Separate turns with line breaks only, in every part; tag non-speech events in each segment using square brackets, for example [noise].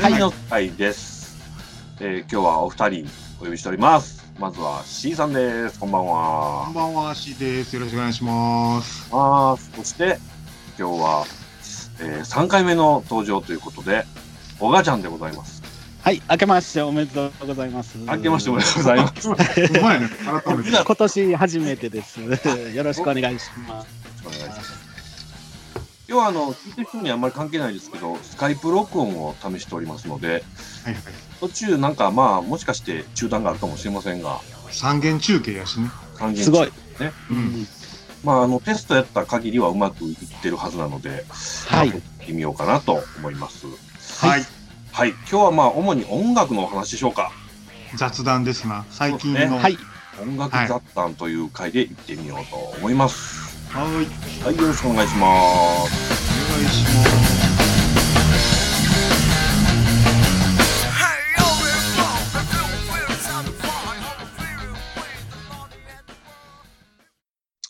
はい
12の回です、えー今日はお二人お呼びしておりますまずは C さんですこんばん
こん
は
ばんは、しーです。よろしくお願いします。
あーそして今日は、え3回目の登場ということでおがちゃんでございます
はい、明けましておめでとうございます。
明けましておめでとうございます
ほんまやね、改
[laughs]
めて。
今年初めてです。よろしくお願いします。
お願いします今日はあの聞いてる人にあんまり関係ないですけどスカイプ録音を試しておりますので
はいはい。
途中なんかまあもしかして中断があるかもしれませんが
三元中継やしね。
還元
すごい。
うん。
まあ、あのテストやった限りはうまくいってるはずなので、
はい
まあ。見てみようかなと思います。
はい。
はい、今日はまあ主に音楽のお話でしょうか。
雑談ですな。最近
そうです
の。
ね
はい。
音楽雑談という回で行ってみようと思います。
はい。お願いし
はい、よろしくお願いします。
ます。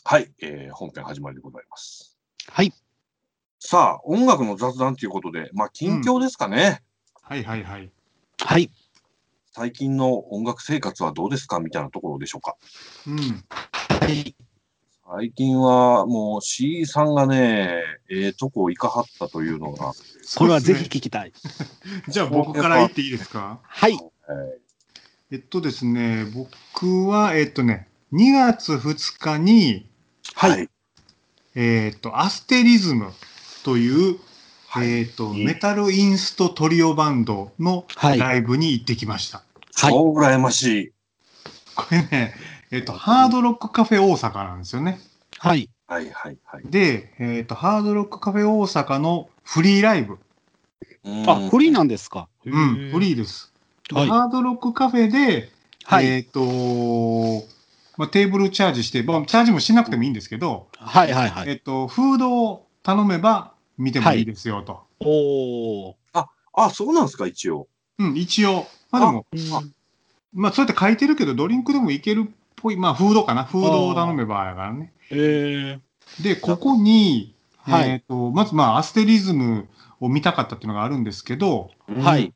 はい、えー本編始まりでございます。
はい。
さあ、音楽の雑談ということで、まあ近況ですかね。
はいはいはい。
はい。
最近の音楽生活はどうですかみたいなところでしょうか。
うん。
はい。
最近はもう C さんがね、ええとこ行かはったというのが、
これはぜひ聞きたい。
じゃあ僕から言っていいですか
はい。
えっとですね、僕は、えっとね、2月2日に、
はい
い。
えっと、アステリズムという、
はい
えっと、メタルインストトリオバンドの
はい。
ライブに行ってきました。
はい
超羨ましい。
これね、えっと、ハードロックカフェ大阪なんですよね。
はい。
はいはいはい。
で、えっと、ハードロックカフェ大阪のフリーライブ。
あ、フリーなんんですか。
うん、フ
ー。
リーです。
はい。
ハードロックカフェで、
はい。
えっと、まあ、テーブルチャージして、まあ、チャージもしなくてもいいんですけど、
はい。はい。は
え
い。
っと、フードを頼めば見てもいいですよと。
おー。
あ、そうなんですか、一応。
うん、一応。まあでも、まあそうやって書いてるけど、ドリンクでもいけるっぽい、まあフードかな。フードを頼めばやからね。
えー。
で、ここに、
はい
えっ、と、まずまあ、アステリズムを見たかったっていうのがあるんですけど、
はい。。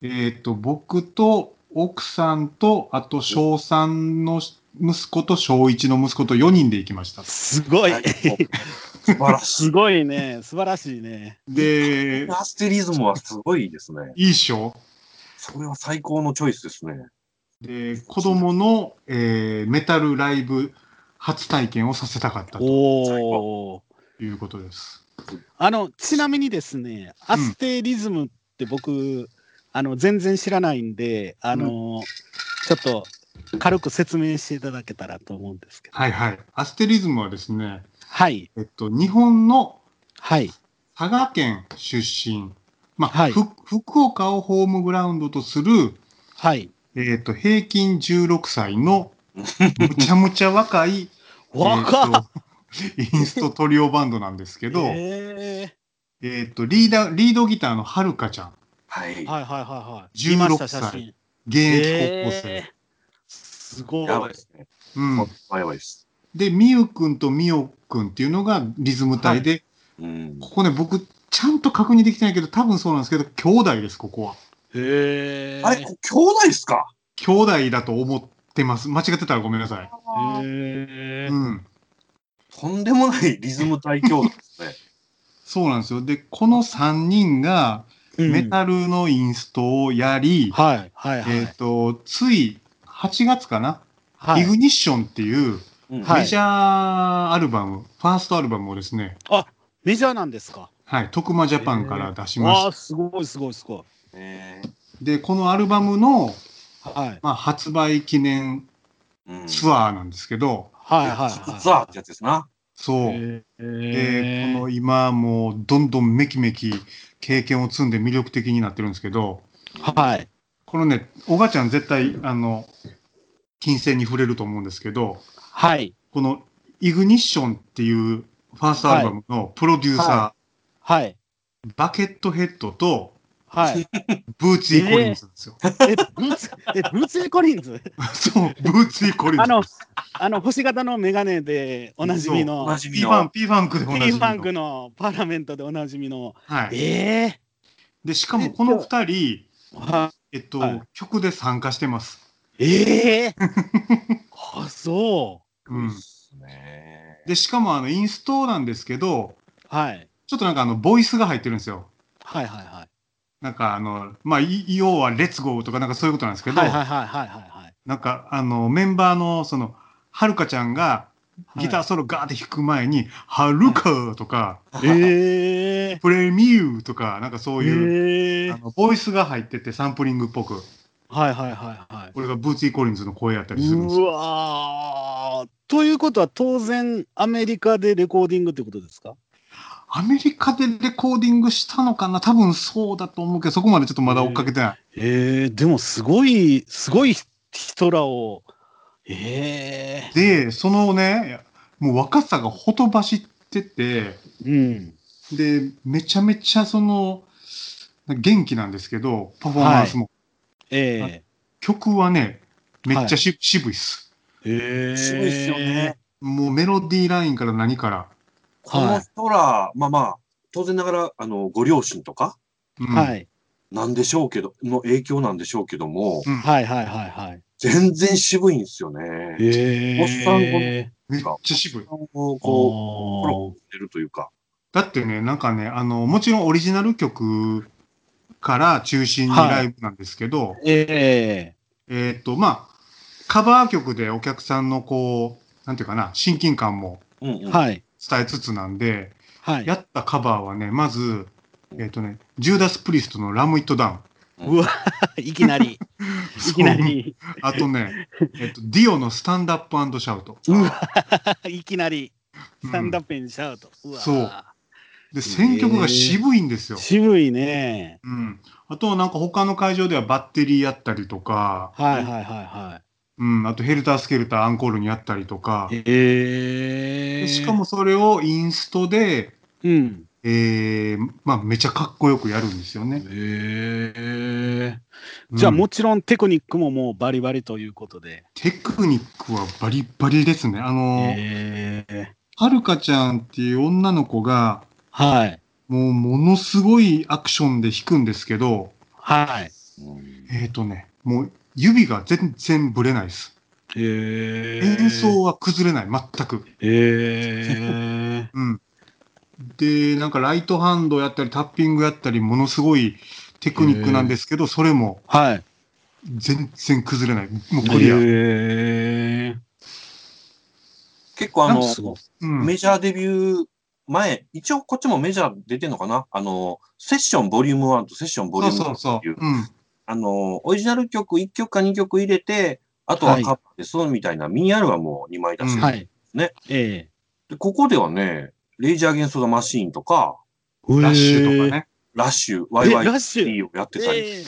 えっ、と、僕と奥さんと、あと小3の息子と小1の息子と4人で行きました。
す
[laughs]
ごい。
素晴らし
す
い。
ごいね。素晴らしいね。
で、
アステリズムはすごいですね。
いいっしょ
それは最高のチョイスですね。
で、子供の、えーメタルライブ初体験をさせたかったと
おー。
いうことです。
あのちなみにですね、アステリズムって僕、あの全然知らないんで、あのちょっと軽く説明していただけたらと思うんですけど。
はいはい。アステリズムはですね、
はい、
えっと、日本の
はい、
佐賀県出身、まあ
はい
ふ福岡をホームグラウンドとする、
はい。
えっと平均16歳のむちゃむちゃ若い
[laughs] 若
えっ
っ、
とインストトリオバンドなんですけど、えっ
[laughs] え
とリーダーリードギターのはるかちゃん
はい。
ー、はいはいはいはい。
16
見ました写真
現役高校生、
えーすごい。
やばいですね。
うん、
やばいです。
でみゆくんとみおくんっていうのがリズム隊で、
うん。
ここね僕ちゃんと確認できてないけど多分そうなんですけど兄弟ですここは
えー、
あれ、兄弟ですか
兄弟だと思ってます間違ってたらごめんなさい
えー
うん、
とんでもないリズム体兄弟ですね。
そうなんですよ。で、この3人が
うん
メタルのインストをやり、
はいはいはい。
えっ、と、つい8月かな、
はい
イグニッションっていう
うん
はい
メジャーアルバム、ファーストアルバムをですね、
メジャーなんですか。
はい、徳間ジャパンから出しまし
わ
た。
あすごいすごいすごい。
え
で、このアルバムの、
はい
まあ、発売記念
ーうん
ツアーなんですけど、
はいはいはい。
ツアーってやつですな。
そう。
え
で
ー
この今もうどんどんめきめき経験を積んで魅力的になってるんですけど、
はい。
このね、おがちゃん絶対、あの、金銭に触れると思うんですけど、
はい。
このイグニッションっていうファーストアルバムのプロデューサー、
ははい。
バケットヘッドと
はい。
ブーツィー・コリンズなんですよ。
え、ブーツ、え、ブーツエコリンズ
[laughs] そう、ブーツィー・コリンズ。
あの、あの、星型のメガネでおなじ
お
みの
な、じみ
P ファン、
の。
P ファンクでおなじ
P
み
ファンク
の。
のパーラメントでおなじみの、
はい。
ええ
で、しかもこの二人、
は
えっと、
はい
曲で参加してます。
え [laughs] えあ、そう
で
ん。
すね。
で、しかもあの、インストなんですけど、
う。はい。
ちょっとなんかあの、ボイスが入ってるんですよ。
はいはいはい。
なんかあの、まあ、い要は、レッツゴーとかなんかそういうことなんですけど、
はいはいはいはいはいはい。
なんかあの、メンバーの、その、はるかちゃんが、ギターソロガーって弾く前に、はるかとか、
[laughs] ええ
プレミューとか、なんかそういう、
ええ
あのボイスが入っててサンプリングっぽく、
はいはいはいはい。
これがブーツィー・コリンズの声やったりするんです
う
よ。
わーということは当然アメリカでレコーディングってことですか
アメリカでレコーディングしたのかな多分そうだと思うけど、そこまでちょっとまだ追っかけてない。
ええでもすごいすごい人らをええ
で、そのね、もう若さがほとばしってて、
うん
で、めちゃめちゃその、元気なんですけど、パフォーマンスも。
ええ
曲はね、めっちゃし、渋いっす。
ええ
すごいっすよね。
もうメロディーラインから何から。
この人ら、まあまあ、当然ながら、あの、ご両親とか、
うん
はい、
なんでしょうけど、の影響なんでしょうけども、
うん
はいはいはいはい。
全然渋いんですよね。
え
おっさん
めっちゃ渋い。
こう、こ
こ
う、出るというか。
だってね、なんかね、あの、もちろんオリジナル曲から中心に
はい
ライブなんですけど、
ええ
えーっと、まあ、カバー曲でお客さんのこう、なんていうかな、親近感も
うんうん。
はい
伝えつつなんで、
はい。
やったカバーはね、まず、えーっとね、ジューダス・プリストのラム・イット・ダウン。
うわいきな [laughs] りいきなり
そう。あとね、えーっと、ディオのスタンドアップシャウト。
うわ [laughs] いきなりスタンダップにしちゃうと。うわ
そうで、選曲が渋いんですよ。
渋いね。
うん。あと、なんか他の会場ではバッテリーやったりとか、
はいはいはいは
うん、あとヘルター・スケルターアンコールにやったりとか、
い。え
でしかも、それをインストで、
うん。
えーまあ、めちゃかっこよくやるんですよね。
えじゃあ
うん
もちろんテクニックももうバリバリということで。
テクニックはバリバリですね。あの、
ええ
はるかちゃんっていう女の子が、
はい
もうものすごいアクションで弾くんですけど、
はい。
うん
えっ、とね、もう指が全然ブレないです。
え
演奏は崩れない、全く。
え
うん。で、なんかライトハンドやったり、タッピングやったり、ものすごいテクニックなんですけど、それも
はい。
全然崩れない。もうクリア。
え
結構あの、
ごい。
うん
メジャーデビュー前、一応こっちもメジャー出てんのかなあの、セッションボリューム1とセッションボリ
そ
ュ
う
ーム
そ
2
うそ
って
う。
いうう、
ん。
あの、オリジナル曲1曲か2曲入れて、あとはカバーで、そうみたいなミニアルバムを2枚出してる、
はい。
ね。
え
で、ここではね、レイジャーゲンソーダマシーンとか、
え
ラッシュとかね。
ラッシュ、
えラ
YYT
ッシュ。
をやってたり、
ええ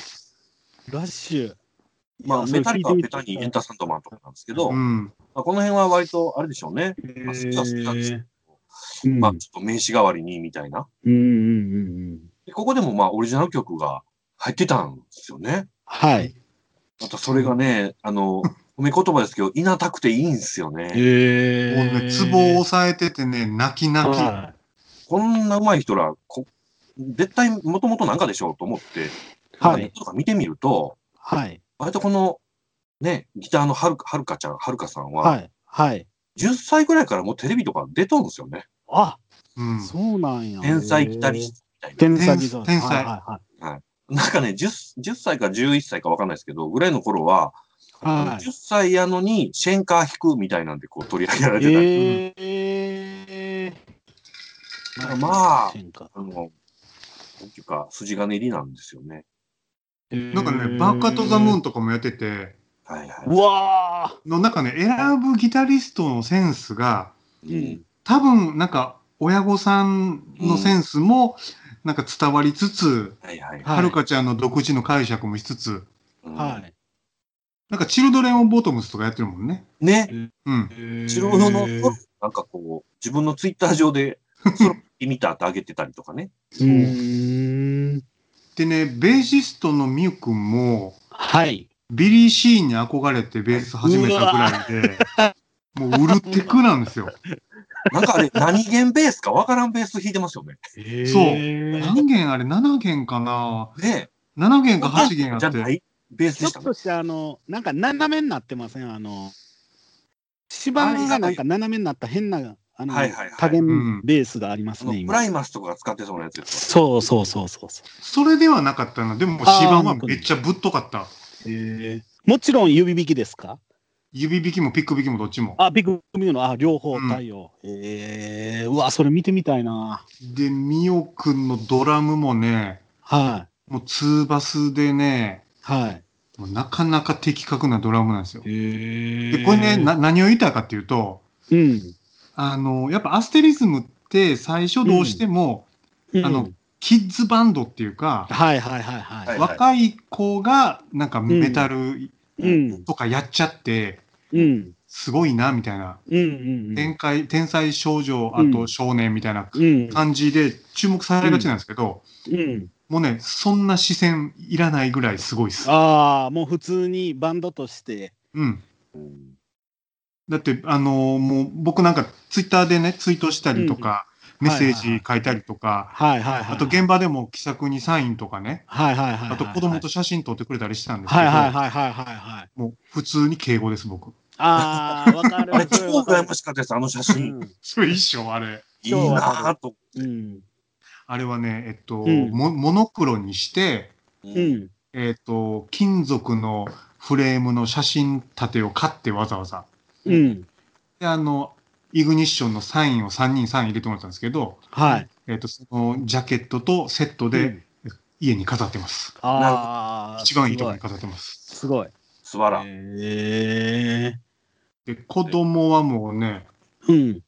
ラッシュ。
まあ、メタリカはベタにエン
ー
ターサンドマンとかなんですけど、
う
ま
ん。
あ、この辺は割と、あれでしょうね。好きは好きなんですけどまあ、ちょっと名刺代わりに、みたいな。
うんうんうんうん。
でここでもまあ、オリジナル曲が入ってたんですよね。
はい。
またそれがね、あ
[laughs]
の、褒め言葉ですけど、いなたくていいんですよね。
え
もうね、ツボを押さえててね、泣き泣き。
は
こんな上手い人ら、こ絶対もともとなんかでしょうと思って、
は
ネッ
い。
トとか見てみると、
はい。
割とこの、ね、ギターのはるかはるかちゃん、はるかさん
は
は、
い。はい。
10歳ぐらいからもうテレビとか出とんですよね。
あ、
うん。
そうなんや。
天才ギタリストみたい
天才ギタリスト。
天才
はいは
な。なんかね10、10歳か11歳かわかんないですけど、ぐらいの頃は、
いはい。はい
10歳やのにシェンカー弾くみたいなんでこう取り上げられてたり、
ええ
だからまあ
変化
あの、なんていうか、筋金入りなんですよね。
なんかね、バカとザムーン。とかもやってて、
はいは
うわあ。
の中ね、選ぶギタリストのセンスが、
い。うん
多分なんか親御さんのセンスもなんか伝わりつつ、
はいはい。
は
はるかちゃんの独自の解釈もしつつ、
うん
はい。
なんかチルドレン・オン・ボトムスとかやってるもんね。
ね、
うん。
チロノの、なんかこう、自分のツイッター上
[laughs]
で、そのリミターって上げてたりとかね。
うーん。
でね、ベーシストのミュウ君も、
はい。
ビリー・シ
[laughs]
ーンに憧れてベース始めたぐらいで、もう売るテクなんですよ。
なん
[laughs]
かあれ、何弦ベースかわからんベース弾いてますよね。
そう
ち
何弦あれ ?7 弦かな
ね
?7 弦か8弦あっ
じゃ
て。
ないベースで
ょ
した
っ
ね
と。したあの、なんか斜めになってませんあの、芝がなんか斜めになった変な、あの、
はいはいはい
多
うん
元ベースがありま
あ
す
の
ね、
プ
今。
ライマスとかが使ってそうなやつです
そうそうそうそうそ
それではなかったな。でも、
あー
芝はめっちゃぶっとかった。
う。へえ。もちろん指弾きですか
指弾きもピック弾きもどっちも。
あ、ビッグミューの、あ、両方
うん
対応。ええうわ、それ見てみたいな。
で、ミオくんのドラムもね、
は
もうツーバスでね
い。、はい。
もうなかなか的確なドラムなんですよ。
え
で、これね、な、何を言いたいかっていうと、
うん。
あの、やっぱアステリズムって最初どうしても、
うん
あの、キッズバンドっていうか、
はいはいはいはい。
はい
若い子がなんかメタル
うん。
とかやっちゃって、
うん。
すごいなみたいな、
うん。うん。
天才天才少女、
う
あ
ん
と少年みたいな
うん。
感じで注目されがちなんですけど、
うん。
もうね、そんな視線いらないぐらいすごいっす。
ああ、もう普通にバンドとして。
うん。
よ。
だって、あのーもう僕なんかツイッターでね、ツイートしたりとか、
うん
メッセ
はいはい
ージ書いたりとか、
はいはいは
あ
い。
と現場でも気さくにサインとかね、
はいはいはい。
あと子供と。写真撮ってくれたりしてたんですけ
はいはい
ど、
はいはいはいはい。
もう普通に敬語です、僕。 [laughs]
ああ、わかる
あれ、
わか
超
るわか
羨
る
ま。しかったです、あの写
う
真。
ん
それ一緒、あれ。
いいなぁと。
うん。
あれはね、えっと、
うん
モモノクロにして、
うん
うん。
えっと、金属のフレームの写真立てを買ってわざわざ。
うん。
で、あの、イグニッションのサインを3人サイン入れてもらったんですけど、
はい。
えっ、と、そのジャケットとセット
う
で
ん、
家に飾ってます。
ああ、
一番いいところ
す
に飾ってます。
ごい。
素晴らしい。
へえ。
で、子供はもうね、
うん。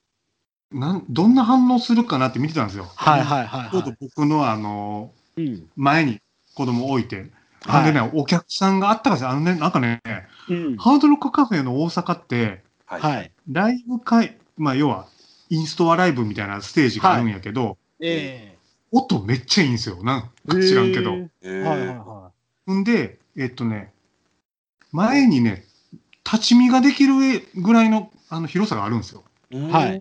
なんどんな反応するかなって見てたんですよ。
はいはいはい
ちょうど
は
僕のあの、
い。うん。
前に子供置いて、
はい
あのね、お客さんがあったかし、あのね、なんかね、
うん。
ハードロックカフェの大阪って、
は。
はいい。
ライブ会、まあ、要は、インストアライブみたいなステージがあるんやけど、
え
音めっちゃいいんですよ。なん
え
か知らんけど。
はい
え
はいはい
ー
は
んで、えっとね、前にね、立ち見ができるぐらいのあの広さがあるんですよ。
うん
い。はい。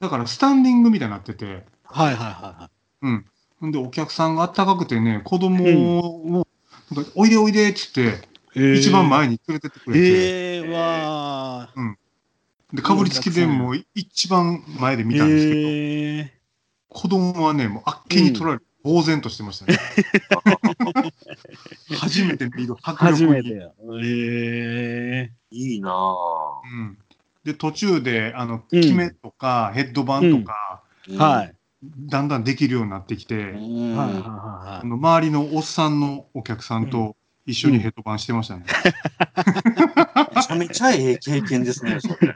だからスタンディングみたいになってて、
はいはいは
うん。ほんで、お客さんがあったかくてね、子供を、なんかおいでおいでっつって、
いはい。
一番前に連れてってくれて、
ええわあ。
で、かぶりつきでもう一番前で見たんですけど、
へえ
子供はね、もうあっけに取られて、呆然としてま
[laughs]
したね。初めて見る迫
初
力
めて。
に。
へえ
いいなぁ
うん、で、途中で、あの、
うん
キメとか、ヘッドバンとか、
うん
はい。
だんだんできるようになってきて、
うん
はいはいは
あ
いはい。
の周りのおっさんのお客さんと一緒にヘッドバンしてましたね。
めちゃめちゃええ経験ですね、それ。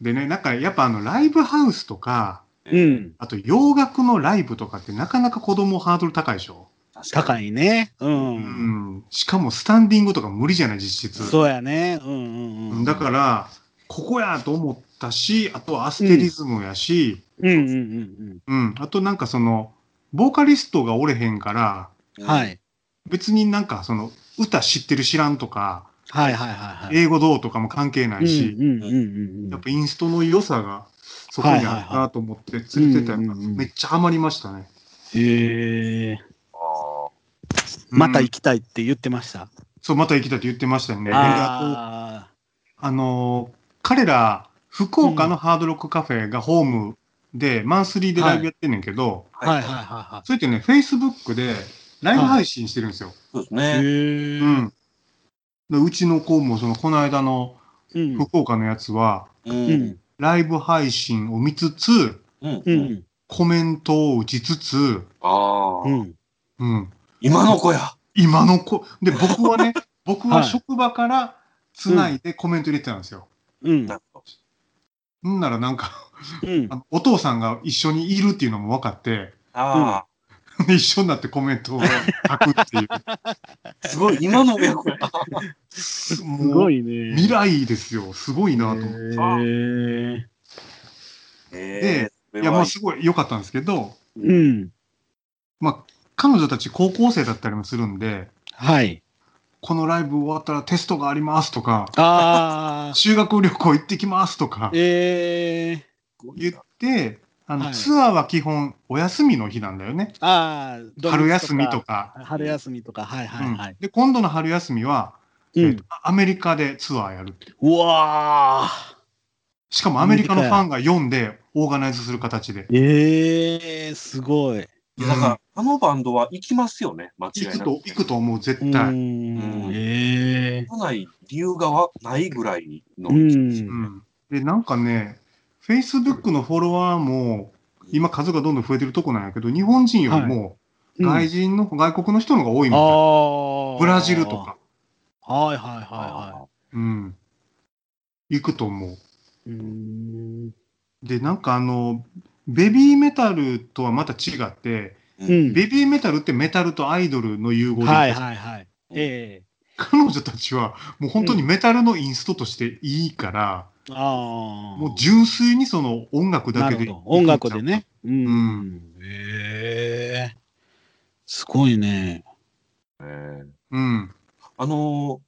でね、なんかやっぱあのライブハウスとか、
うん。
あと洋楽のライブとかってなかなか子供ハードル高いでしょ。
高
い。。
いね。う。
うんん。しかもスタンディングとか無理じゃない、実質。
そうやね。うんうんうん。
だから、ここやと思ったし、あとアステリズムやし、
ら。うんうんうん
うん、あとなんかその、ボーカリストがおれへんから、
うん。はいい。
別になんかその、歌知ってる知らんとか、
はいはいはいはい。
英語どうとかも関係ないし、
うんうんうんうん
やっぱインストの良さがそこにあったなと思って連れてったら
うんうんうん
めっちゃハマりましたね。
へえ。
あー
また
うん
行きたいって言ってました。
そう、また行きたいって言ってましたよね。であ
あ
とあのー彼ら、福岡のハードロックカフェがホームで、マンスリーでライブやってんねんけど、
あ。はいはいは
そうやってね、Facebook でライブ配信してるんですよ。
そうです
いは
ね。
い。へえ。
うん。でうちの子も、その、この間の
うん。
福岡のやつは、
う
う。ん。
ライブ配信を見つつ、
うん
う。ん。
コメントを打ちつつ、
ああ。
うん。
うん、
今の子や。
今の子、で、僕はね、僕
は
はい職場からつないでコメント入れてたんですよ。
うん
な。るほ
んならなんか、
うん
あ。のお父さんが一緒にいるっていうのも分かって、
ど。あ
[laughs] 一緒になってコメントを書くっていう。
あ。すごい、今の親子や。
す
[laughs] すご
い。
いね。
未来ですよ。すごいなと思って。
へえ。
ええ。
いや、まあすごい良かったんですけど、
うん。
まあ、彼女たち高校生だったりもするんで、
はい。
このライブ終わったらテストがありますとか、
ああ。
修学旅行行ってきますとか
ええ
言って、あの、
はい
ツアーは基本お休みの日なんだよね。
ああ。
春休みと
か。
か。
春休みとか、はいは
う
い
ん
はい。
で、今度の春休みは、
うん。
えっとアメリカでツアーやるっていう。
うわあ。
しかもアメリカのファンが読んで、オーガナイズする形で。
ええすごい。
いやだから、あのバンドは行きますよね、間違い
行
な
く
く。
と、行くと思う、
う
絶
ー
対。
うん
ん。ええ
来ない理由がわないぐらいの。
う。
うんん。で、なんかね、Facebook のフォロワーも、今数がどんどん増えてるとこなんやけど、日本人よりも外人の、外国の人の方が多いみたい。
ああ。
ブラジルとか。。
はいはいはいは
あ
うん。行くと思う。
い。うーん。
で、なんかあの、ベビーメタルとはまた違って、
ー
うん
ベビーメタルってメタルとアイドルの融合で、
はいはいはい。え
彼女たちはもう本当にメタルのインストとしていいから、
えああ。
もう純粋にその音楽だ
な
け
るほ
で。
ど。音楽でね。。う。
うん
ええすごいね。
えー
うん。
あのー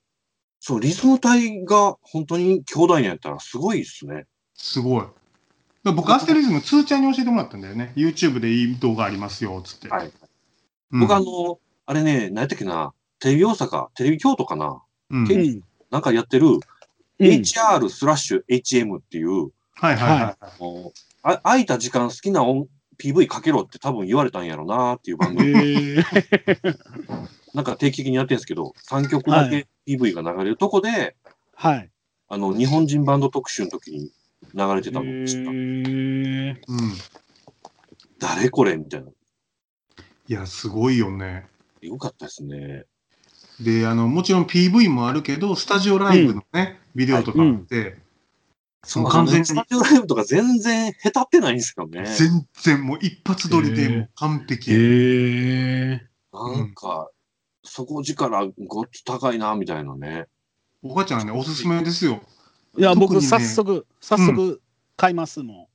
そう、リズム隊が本当に兄弟やったらすごいですね。
すごい。だから僕、アステリズム、つーちゃんに教えてもらったんだよね。YouTube でいい動画ありますよ、つって。
はい
うん
僕あのーあれね、何やったっけな、テレビ大阪、テレビ京都かな、
うん
う
はい
ん。
なんかやってる、
うん。
HR スラッシュ HM っていう、
はいはいはい。
あのあ空いた時間好きな音 PV かけろって多分言われたんやろなっていう番組、
ええ
なんか定期的にやってるんですけど、3曲だけ PV が流れるとこで、
はい。
あの、日本人バンド特集の時に流れてたの知った。
ええ
うん。
誰これみたいな。
いや、すごいよね。
よかったですね。
で、あの、もちろん PV もあるけど、スタジオライブのね、ビデオとかあって、
そ
もう完全に
スタジオライブとか全然へたってないんですよね。
全然もう一発撮りでもう完璧。
え
なんか、底力ごっつ高いな、みたいなね。
お母ちゃんはね、おすすめですよ。
いや、
特
僕、
にね
早速、早速、買います、も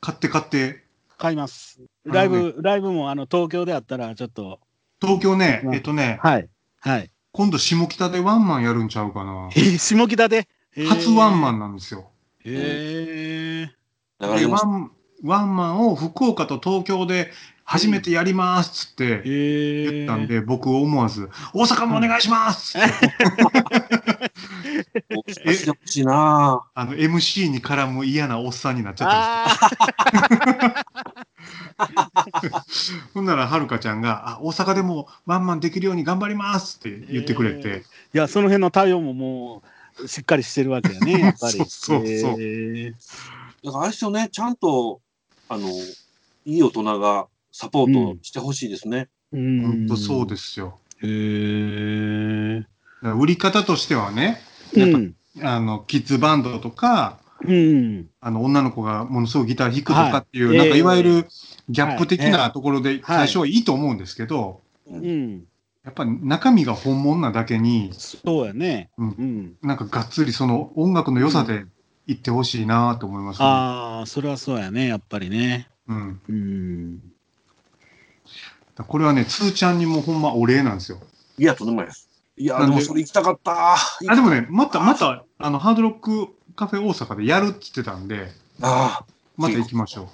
買って買って。
う。買います。
あのね
ライブ、ライブも、あの、東京であったら、ちょっと。
東京ね
う、ん
えっとね、
はい。はい。
今度下北でワンマンやるんちゃうかな。
下北で。
初ワンマ
ン。
ンなんですよ。
え
だから
で
でも
ワ、ンワンマンを福岡と東京で初めてやりますっつっ
え
て言
え
ったんで、僕思わず、大阪もお願いしますっつって
おしてほしいな。
[laughs] あの MC に絡む嫌なおっさんになっちゃったんです
あ
ほんならはるかちゃんが「あ大阪でもワンマンできるように頑張ります」って言ってくれて、
ーいや、その辺の対応ももう、しっかりしてるわけ
[laughs]
やね、やっぱり。
そうそうそう
えー
だからあれですよね、ちゃんと、あの、いい大人がサポートしてほしいですね。
うん
本当そうですよ。
へえ。
だから売り方としてはね
う
やっぱ
ん。
あのキッズバンドとか
うん。
あの女の子がものすごくギター弾くとかっていう、
はい
なんか
ええ
いわゆるギャップ的
は
なところで最初はいいと思うんですけど、
うん。
やっぱり中身が本物なだけに
そうやね。
う
うんん。
なんかがっつりその音楽の良さでいってほしいなと思いますね。
ああ、それはそうやね、やっぱりね。
うん
うん。
だからこれはね、つーちゃんにもほんまお礼なんですよ。
いや、とんでもないです。いや、
な
で
んで
もそれ行きたかった。
あでもね、また、また、あの、ハードロックカフェ大阪でやるって言ってたんで、
ああ、
また行きましょ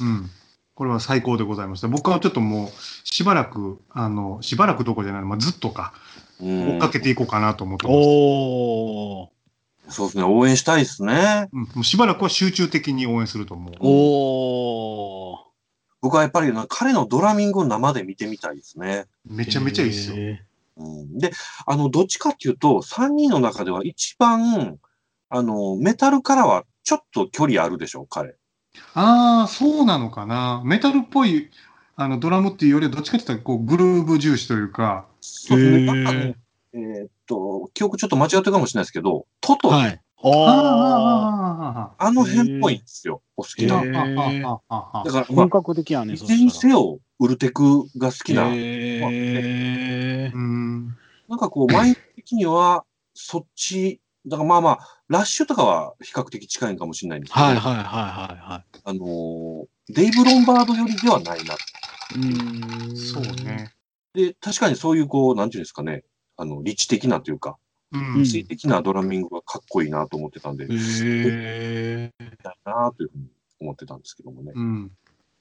う。うん。これは最高でございました。僕はちょっともう、しばらく、あの、しばらくどころじゃない、まあ、ずっとか、
うん
追っかけていこうかなと思ってます。
おお。
そうですね、応援したいですね。
うん、もうしばらくは集中的に応援すると思う。
おお。
僕はやっぱりな彼のドラミングを生で見てみたいですね。
めちゃめちゃいいですよ。
へ
うん、で、あの、どっちかっていうと、3人の中では一番、あの、メタルからはちょっと距離あるでしょ、彼。
ああ、そうなのかな。メタルっぽい、あの、ドラムっていうよりは、どっちかって言ったら、こう、グルーブ重視というか、
そうですね。なんか
え
ね。えーっと、記憶ちょっと間違ってるかもしれないですけど、トト、
はい。
あ
ああ。
あ
あの辺っぽいんですよ、お好き
ー、あ
な
ー。あー、あー、あー、あー、あ
だ
ー。
から、まあ
本、格的やね、
いずれにせよ、ウルテクが好きな、
え
うーん。
なんかこう、マインド的には、そっち、だからまあまあ、ラッシュとかは比較的近いんかもしれないんですけど、
はいはいはいはいは
あのーデイブ・ロンバードよりではないな。
い。うん
そうね。
で、確かにそういうこう、なんていうんですかね、あの、理知的なというか、
うん
うん
理性的なドラミングがかっこいいなと思ってたんで、
へえ。
みたいなというふうに思ってたんですけどもね、
うん。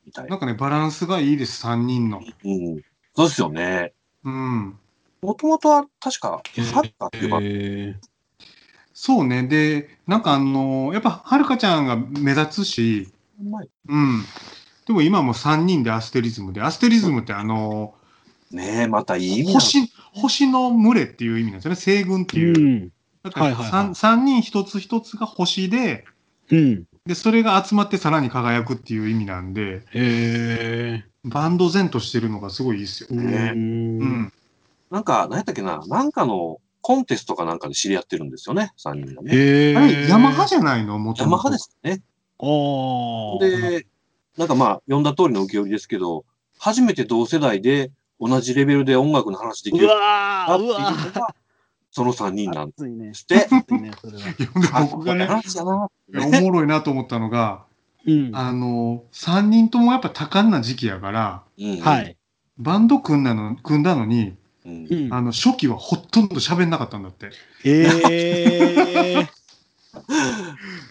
みたい
な
な。
んかね、バランスがいいです、3人の。
うん。そうですよね。
うん。
もともとは確か、サッカーっていうバンド
え
そうね。で、なんかあのやっぱ、はるかちゃんが目立つし、
前
うん。でも今も3人でアステリズムで、アステリズムってあの
ねえ、またいい意味な
星、星の群れっていう意味なんですよね。星群って
う
いう。
ん。
だから
はいはいはい
三三人一つ一つが星で、
うん。
で、それが集まってさらに輝くっていう意味なんで、
え。
バンド前としてるのがすごいいいですよ
う。
ね。うんん。
なんか、何やったっけな、なんかのコンテストかなんかで知り合ってるんですよね、3人がね。
へえ。
あれ、ヤマハじゃないのもと
ヤマハですね。
おー。
で、なんかまあ、読んだ通りの受け売りですけど、初めて同世代で同じレベルで音楽の話でき
う
る
わ
なっ
ー、
ていう
う
の
わー。
が、その3人なん
熱いね
で。して、
熱いねそれは
で僕がね、
あこういう話だな。
いやおもろいなと思ったのが、
うん。
あの、3人ともやっぱ多感な時期やから、
うん
はい。。
バンド組んだの組んだのに、
うん
うん
あの初期はほとんど喋んなかったんだって。
えー。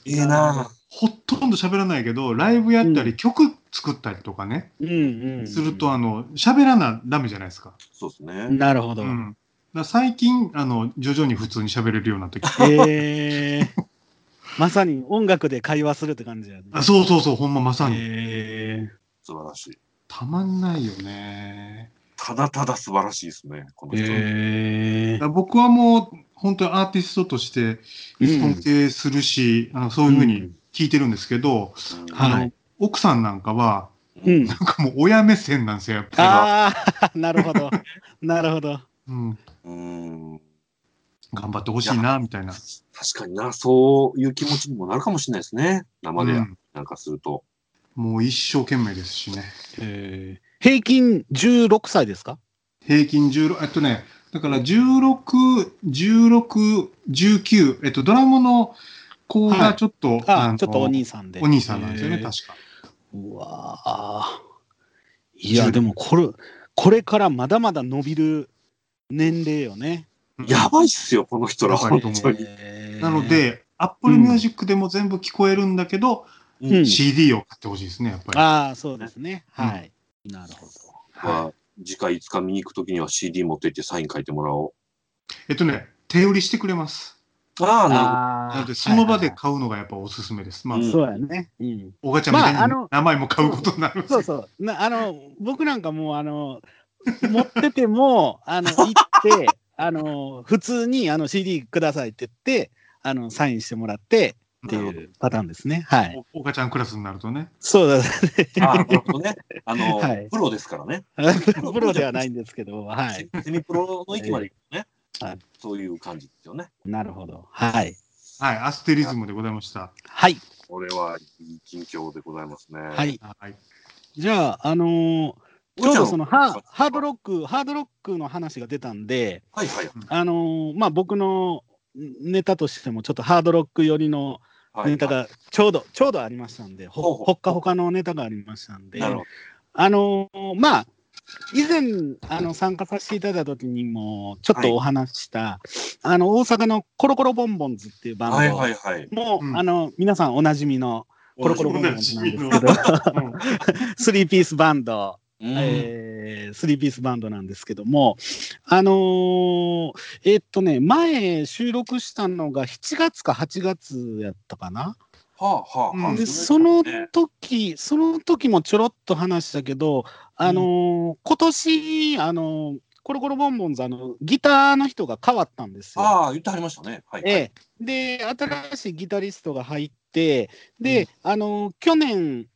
いいな
ほとんど喋らないけど、ライブやった
う
り、曲作ったりとかね、
[laughs] うんうんうん。
すると、あの、喋らなダメじゃないですか。
そうですね。
なるほど
う。ん。だから最近、あの、徐々に普通に喋れるようになってきて。
えー。まさに音楽で会話するって感じやね。
あそうそうそう、ほんままさに。
え
素晴らしい。
たまんないよね。
ただただ素晴らしいですね、この人。
え
だから僕はもう、本当にアーティストとして尊敬するし、あのそういうふうに聞いてるんですけど、
うん
あの、
はい
奥さんなんかは、
うん。う
[laughs]
ん。
なんかもう親目線なんですよ、やっぱ
ああ、 [laughs] なるほど。なるほど。
り。うん、
うん
頑張ってほしいな、みたいな。
確かにな、そういう気持ちにもなるかもしれないですね。生で
うん
なんかすると。
もう一生懸命ですしね。
え。
平均16歳ですか
平均16、えっとね、だから16、16、19、えっと、ドラムの子
は
が
い
ちょっと、
あ
の
ちょっとお兄さんで。
お兄さんなんですよね、
へー
確か。
うわあ。い
16
や、でもこれ、これからまだまだ伸びる年齢よね。
うん
やばいっすよ、この人ら、
やば
本
いと思う
当に。
えー
なの、で、アップルミュージックでも全部聞こえるんだけど、
うん
CD を買ってほしいですね、やっぱり。
ああ、そうですね。はい。なるほど。
はい
まあ、次回いつか見に行くときには CD 持って行ってサイン書いてもらお
えっとね、手売りしてくれます。
う。ああ、なるほど。
あ
なので、その場で買うのがやっぱおすすめです。まあ、
うん
そうやね。うん。
おがちゃんみたい
まああ
に
の
名前も買うことになる。
そうそう。なあの、僕なんかもう、あの、持ってても、 [laughs] あの、行って、あの、普通にあの CD くださいって言って、あの、サインしてもらってっていうパターンですね。はい。
おおがちゃんクラスになるとね。
そうだ、 [laughs]
ああ、なるほどね。あの、
はい
プロですからね。
プロではないんですけど、はい。
セミプロの域まで行くとね、
はい
そういう感じですよね。
なるほど。はい。
はい、アステリズムでございました。
はい。
これはいい近況でございますね。
は。い。
はい。
じゃあ、あのーち
ち
ょうどそのハーハード
ロ
ロック、ハードロックの話が出たんで、
はいはい
あのーまあ僕のネタとしてもちょっとハードロック寄りの
はい。
ネタがちょうど、ちょうどありましたんで、
ほう
ほ
ほう
ほっかほかのネタがありましたんで、
なるほ
あのーまあ、以前あの参加させていただいた時にもちょっとお話しした、あの大阪のコロコロボンボンズっていうバン
ど。
ド、
はいはいはい。
もう、
うん
あの皆さんおなじみのコロコロボンボンズなんですけど
おなじみの
3ピー [laughs] スバンド、
うん
えー、3ピースバンドなんですけどもあのーえっとね前収録したのが7月か8月やったかな
はあはあは
う
あ。
ん
でその
ね
時その時もちょろっと話したけどあのー今年あのーコロコロボンボンズあのギターの人が変わったんですよ。
ああ、言ってはりましたね。はいはい。
ええ、で新しいギタリストが入ってで、あの去年、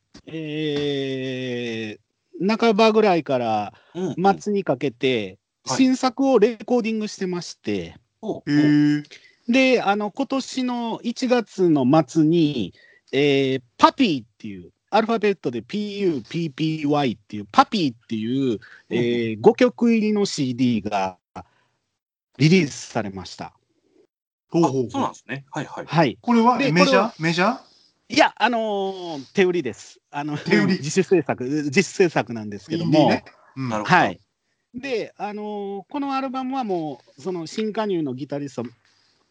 えー、半ばぐらいから
うんうん
末にかけて
はい
新作をレコーディングしてまして、
おう
へー
であの今年の1月の末に、えーパピーっていうアルファベットで PUPPY っていうパピーっていう、えー5曲入りの CD がリリースされました。
ほう
あ
ほう
そう
ほ
なん
う。
ですね。はいはい。
はい、
これは
で
メ
こ
ジ
れ
ャ
は
ーメジャー
いや、あのー手売りです。あの
手売り
[laughs] 自主制作、自主制作なんですけど
インディー
も、
ねうん
なるほど
はい。で、あのーこのアルバムはもう、その新加入のギタリスト、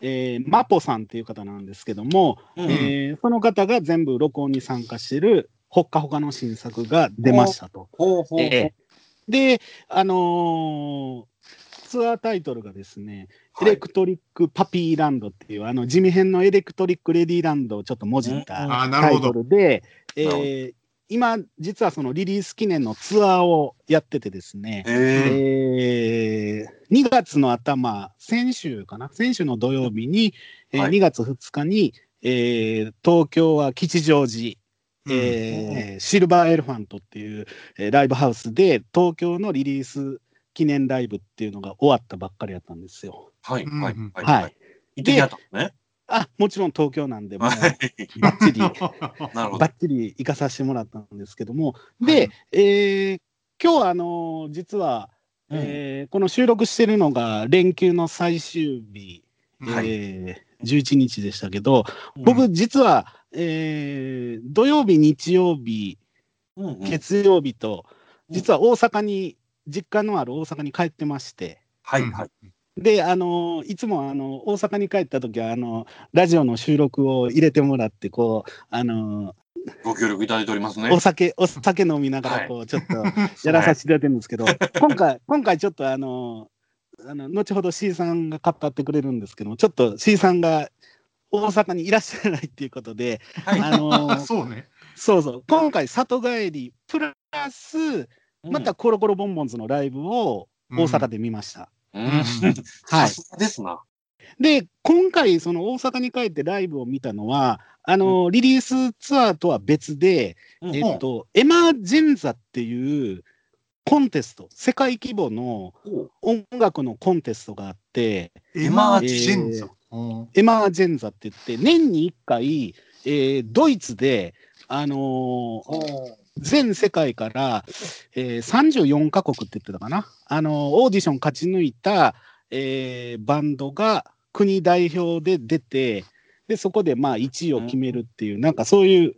えーマポさんっていう方なんですけども、
うん
えーその方が全部録音に参加してる、ほっかほかの新作が出ましたと。
ほうほうほう。
ええで、あのーツアータイトルがですね、
はい
エレクトリック・パピーランドっていう、あの、地味編のエレクトリック・レディーランドをちょっともじった
うん
ああ、な
タ
る
イ
ほ
ト
ど。
ルで、え
なるほど
ー今、実はそのリリース記念のツアーをやっててですね、
ええ
えー2月の頭、先週かな、先週の土曜日に、えー
はい
2月2日に、えー東京は吉祥寺、
うん
えーシルバーエレファントっていう、えーライブハウスで東京のリリース記念ライブっていうのが終わったばっかりやったんですよ。
はい、はい、
うん
はい。
はい。
行ってきはったのね。
あもちろん東京なんで、もう
は
バ
い。 [laughs]
ッチリ、バ
[laughs]
なるほど
ッ。チリ行かさせてもらったんですけども、
はい
で、えー今日はあのー実は、
うん
えーこの収録してるのが連休の最終日、
はい
えー11日でしたけど、
う
僕
ん、
実は、えー土曜日、日曜日、
うんうん
月曜日と、
うん
実は大阪に、実家のある大阪に帰ってまして、
はい、はい。
で、あのいつもあの大阪に帰った時はあのラジオの収録を入れてもらって、こう、あの
ご協力いただいておりますね。
お酒、お酒飲みなが
はい
ら、こう、ち
[laughs]
ょっとやらさせていただいてるんですけど、今回、今回ちょっとあのあの後ほど C さんが語ってくれるんですけども、ちょっと C さんが大阪にいらっしゃらないっていうことで、
はい
あの
あそうね。
そうそう、今回、里帰りプラス、
うん
また、コロコロボンボンズのライブを
うん
大阪。で見ました。
うん
うん。
は
さ
い。
すがですな。
で、今回、その大阪に帰ってライブを見たのは、あの、リリースツアーとは別で、
うん
えっと、エマージェンザっていうコンテスト、世界規模の
ほう
音楽のコンテストがあって、
エマー
えー
ジェンザ。うん
エマージェンザって言って、年に1回、えードイツで、あのー
ほ
全世界から、えー34カ国って言ってたかな、あのオーディション勝ち抜いた、えーバンドが国代表で出てでそこでまあ1位を決めるっていう、なんかそういう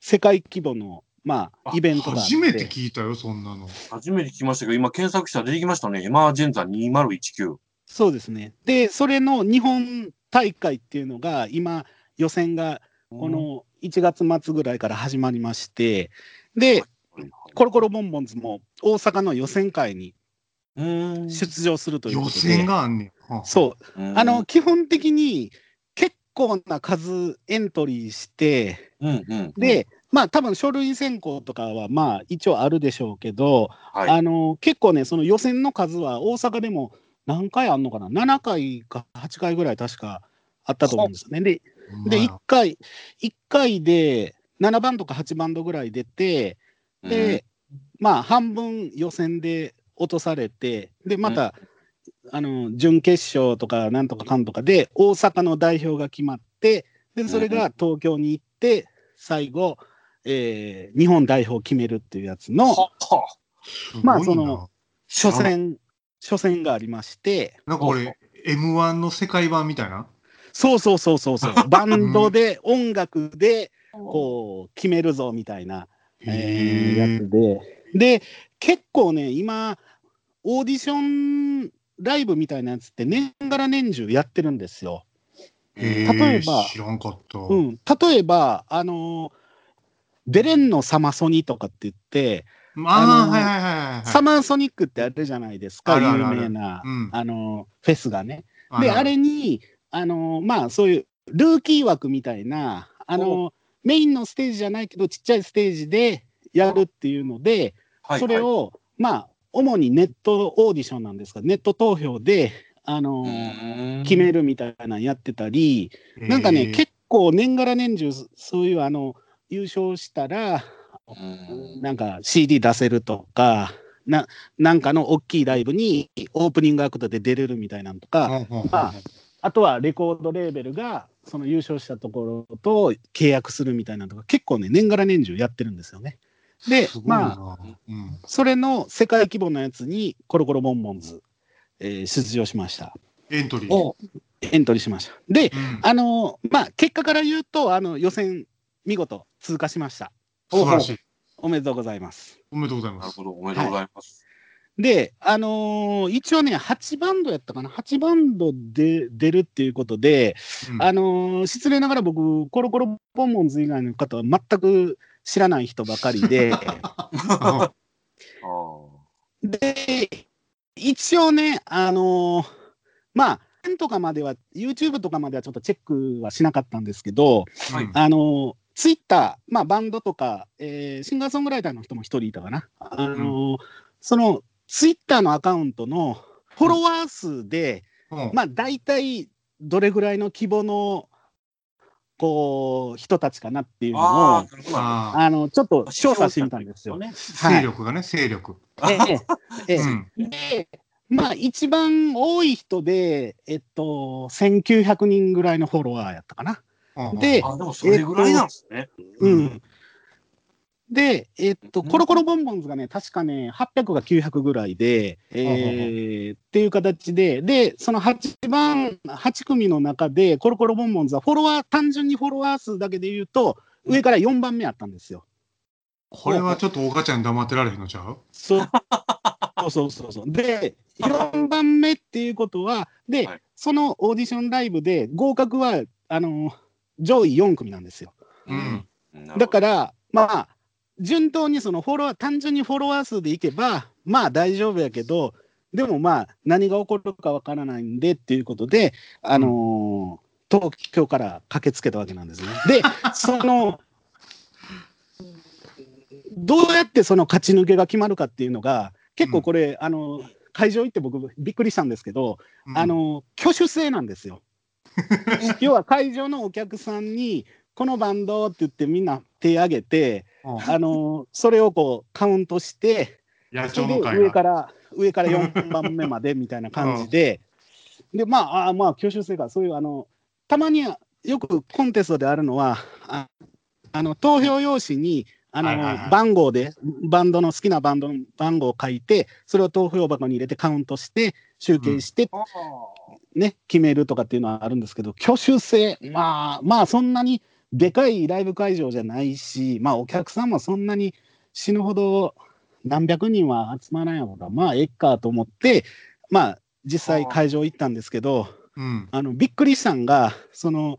世界規模の、まあ、
あ
イベントがあって
初めて聞いたよ、そんなの。
う初めて聞きましたけど、今検索したら出てきましたね。エマージェンザ2019。
そうですねでそれの日本大会っていうのが今予選がこの1月末ぐらいから始まりましてで
うん、
コロコロボンボンズも大阪の予選会に
うん。
出場するというこ
予
とで
選があんねん。はあ
そう
うん
あの、基本的に結構な数エントリーして、
うんうん、
で、まあ多分書類選考とかはまあ一応あるでしょうけど、
はい、
あの結構ね、その予選の数は大阪でも何回あんのかな、7回か8回ぐらい確かあったと思うんですよね。で、
ほんま
で
や
1回、一回で7バンドか8バンドぐらい出て、で、まあ半分予選で落とされてでまた、あの準決勝とかなんとかかんとかで大阪の代表が決まってでそれが東京に行って最後、えー日本代表を決めるっていうやつ
うん、
の
はは
すごいな
まあその。初戦初戦がありまして
なんかこれ、M1 の世界版みたいな。
そうそうそうそ
[laughs]
うそうバンドで音楽でこう決めるぞみたいなえー
へ
や
ー
つで。で、結構ね、今、オーディションライブみたいなやつって年がら年中やってるんですよ。
へー
例えば
知らんかった。
う、
うん
例えば、あのデレンのサマソニとかって言って、
あ
あ
あ、
の
はいはいはいはい。
サマーソニックってあるじゃないですか、
あるあるある
有名な、
うん
あのフェスがね。
る
で、
る
あれに、あのまあ、そういうルーキー枠みたいな、あのメインのステージじゃないけど、ちっちゃいステージでやるっていうので、
はい、
それを、まあ、主にネットオーディションなんですが、ネット投票で、あのー決め
る。
るみたいなのやってたり、
へー
なんかね、結構年がら年中、そういう、あの、優勝したら、
うん
なんか CD 出せるとか、ななんかの大きいライブにオープニングアクトで出れるみたいなのとか、
ほうほうほう
まああとはレコードレーベルが、その優勝したところと契約するみたいなのとか、結構ね、年がら年中やってるんですよね。で、
すごいな
まあ、
うん
それの世界規模のやつにコロコロボンボンズ、えー出場しました。
エントリー。
お
エントリーしました。で、
うん
あのーまあ、結果から言うと、あの、予選、見事通過しました。
素晴らしい。
おめでとうございます。
おめでとうござい
な
ま
る
す。
ほど、おめでとうございます。
で、あのー一応ね、8バンドやったかな、8バンドで出るっていうことで、
うん
あのー失礼ながら僕、コロコロボンボンズ以外の方は全く知らない人ばかり
[laughs]
で、
あ
あ
で、一応ね、あのーまあ、とかまでは、YouTube とかまではちょっとチェックはしなかったんですけど、
はい
うん
あの、ツイッター、まあ、バンドとか、えーシンガーソングライターの人も一人いたかな。あの、そのツイッターのアカウントのフォロワー数で、
[laughs] うん
まあ、大体どれぐらいの規模の、こう、人たちかなっていう
ー
のを、
あ
あ
ー、なるほどなる
の、ちょっと
ほど。
調査してみたんですよ。
ね。
勢力がね、勢力。
ええええ
うん
で、まあ、一番多い人で、えっと、1900人ぐらいのフォロワーやったかな。
うん
で
あ、でもそれぐらいなんですね。
うん
うん。で、えっと、
うん
コロコロボンボンズがね、確かね、800が900ぐらいで、えーっていう形で、で、その8番、8組の中で、コロコロボンボンズはフォロワー、単純にフォロワー数だけで言うと、上から4番目あったんですよ。
これはちょっと大ガチャに黙ってられへんのちゃう
そう [laughs] そうそうそうそう。で、4番目っていうことは、で、
はい、
そのオーディションライブで合格は、あの、上位4組なんですよ。
うん
だからら、まあ、順当にそのフォロワー、単純にフォロワー数でいけば、まあ大丈夫やけど、でもまあ、何が起こるかわからないんでっていうことで、あのー東京から駆けつけたわけなんですね。で、 [laughs] その、どうやってその勝ち抜けが決まるかっていうのが、結構これ、あの会場行って僕、びっくりしたんですけど、
うん
あの挙手制なんで
[laughs]
すよ。要は会場のお客さんにこのバンドって言ってみんな手挙げて、
うん
あのそれをこうカウントして
野
そ
鳥
れ
の
で
会
上
が。
から上から4番目までみたいな感じで、でまああーまあ挙手制かそういうあのたまによくコンテストであるのはああの投票用紙にあの、
はいはいはい
番号でバンドの好きなバンドの番号を書いてそれを投票箱に入れてカウントして集計して
あー
ね、決めるとかっていうのはあるんですけど、挙手制、まあ、まあ、そんなにでかいライブ会場じゃないし、まあ、お客さんもそんなに死ぬほど何百人は集まらないのが、まあ、えっかと思って、まあ、実際会場行ったんですけど、
うん。
あの、びっくりしたんが、その、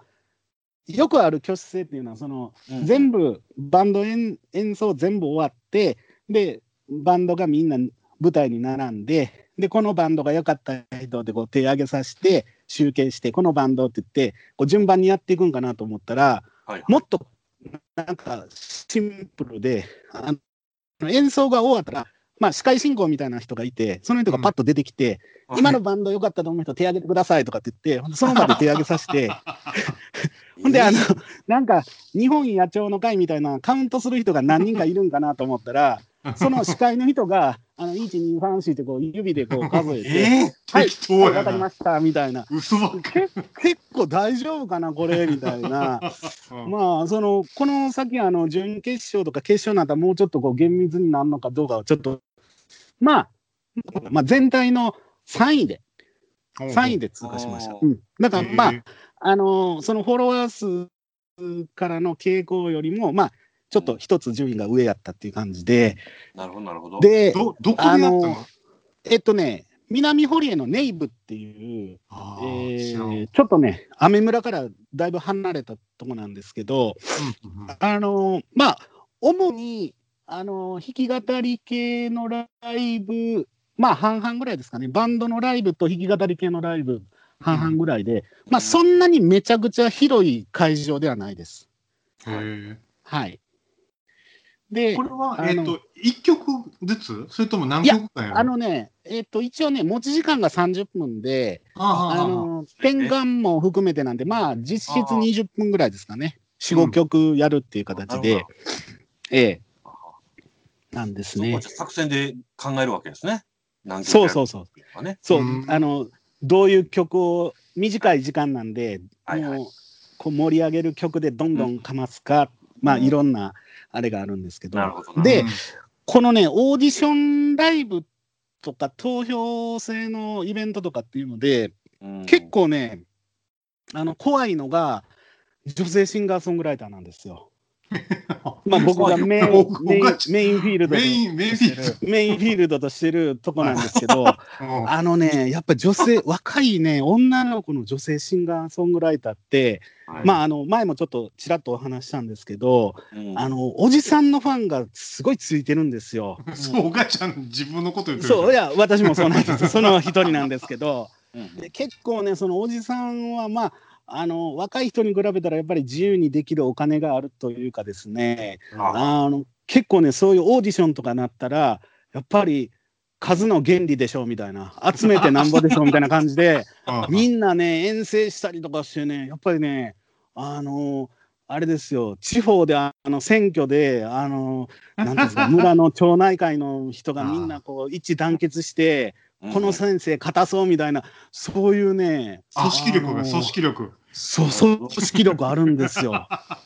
よくある挙手制っていうのは、その、
うん
全部、バンド演演奏全部終わって、で、バンドがみんな舞台に並んで、で、このバンドが良かった人でこう手上げさせて、集計して、このバンドって言って、こう順番にやっていくんかなと思ったら、
はい
もっとなんかシンプルで、あの演奏が終わったら、まあ、司会進行みたいな人がいて、その人がパッと出てきて、
はい
今のバンド良かったと思う人手挙げてくださいとかって言って、その場で手挙げさせて、ほんで、あの、なんか、日本野鳥の会みたいなカウントする人が何人かいるんかなと思ったら、その司会の人が、あの、1、2、3、4ってこう指でこう数えて、
ええ
はい、
適当やな
はいわかりました、みたいな。
嘘ばっか
け結構大丈夫かな、これ、みたいな。
うん
まあ、その、この先、あの、準決勝とか決勝なんかもうちょっとこう、厳密になるのかどうかは、ちょっと、まあ、まあ、全体の3位で、3位で通過しました
お。ー
うん。だから、まあ
へ、え
あのそのフォロワー数からの傾向よりも、まあ、ちょっと一つ順位が上やったっていう感じで、
なるほど、なるほど。、
で、
ど、どこでやった
あ
の
のえっとね、南堀江のネイブっていう、
あ
え
ー
ー
知らんうん
ちょっとね、アメ村からだいぶ離れたとこなんですけど、
うんうん
あのまあ、主に、あの弾き語り系のライブ、まあ、半々ぐらいですかね、バンドのライブと弾き語り系のライブ、半々ぐらいで、まあ、そんなにめちゃくちゃ広い会場ではないです。
へ
はい。で
えこ、れは、
あ
えっ
の
と、1曲ずつそれとも何曲かやる
あのね、えっ、と、一応ね、持ち時間が30分で、
あ
あ
ーあーあー
の、転換も含めてなんで、まあ、実質
あー
20分ぐらいですかね。4、
うん
5曲やるっていう形
な
で、
るほど
ええ
あー
なんです
そこ
ね
は。じゃあ作戦で考えるわけですね。何曲
そうそうそう。
やるかね。
そう、
うん
あの、どういう曲を、短い時間なんで、
はいはい
もう、こう盛り上げる曲でどんどんかますか、まあ、
うん
いろんな、あれがあるんですけど。
なるほどな。
で
うん
このね、オーディションライブとか投票制のイベントとかっていうので、
うん
結、構ね、あの怖いのが、女性シンガーソングライターなんですよ。まあ僕がメイ
[laughs]
ン
僕
メイン
僕が
メインフィールド
メ
で
イン、メインフィール [laughs] ド。
メインフィールドとしてるとこなんです
[laughs]
けど、
うん
あのね、やっぱ
[laughs]
女性、若いね、女の子の女性シンガーソングライターって、まあ、あの前もちょっとちらっとお話ししたんですけど、
うん
あのおじさんのファンがすごいついてるんですよ。
[laughs] そう、お母ちゃん、自分のこと言ってるじゃん。
そういや私もそうなんですその一人なんですけど
うん
で結構ねそのおじさんはまああの若い人に比べたらやっぱり自由にできるお金があるというかですね
あ
あの結構ねそういうオーディションとかなったらやっぱり数の原理でしょうみたいな集めてなんぼでしょうみたいな感じで
[laughs] うん
みんなね遠征したりとかしてねやっぱりねあのあれですよ地方であの選挙であのなんていうんです
[laughs]
か村の町内会の人がみんなこう一致団結してこの先生勝たそうみたいなそういうね
組織力
あ
が、
の
組織力。
そうそう組織力あるんで
[laughs]
すよ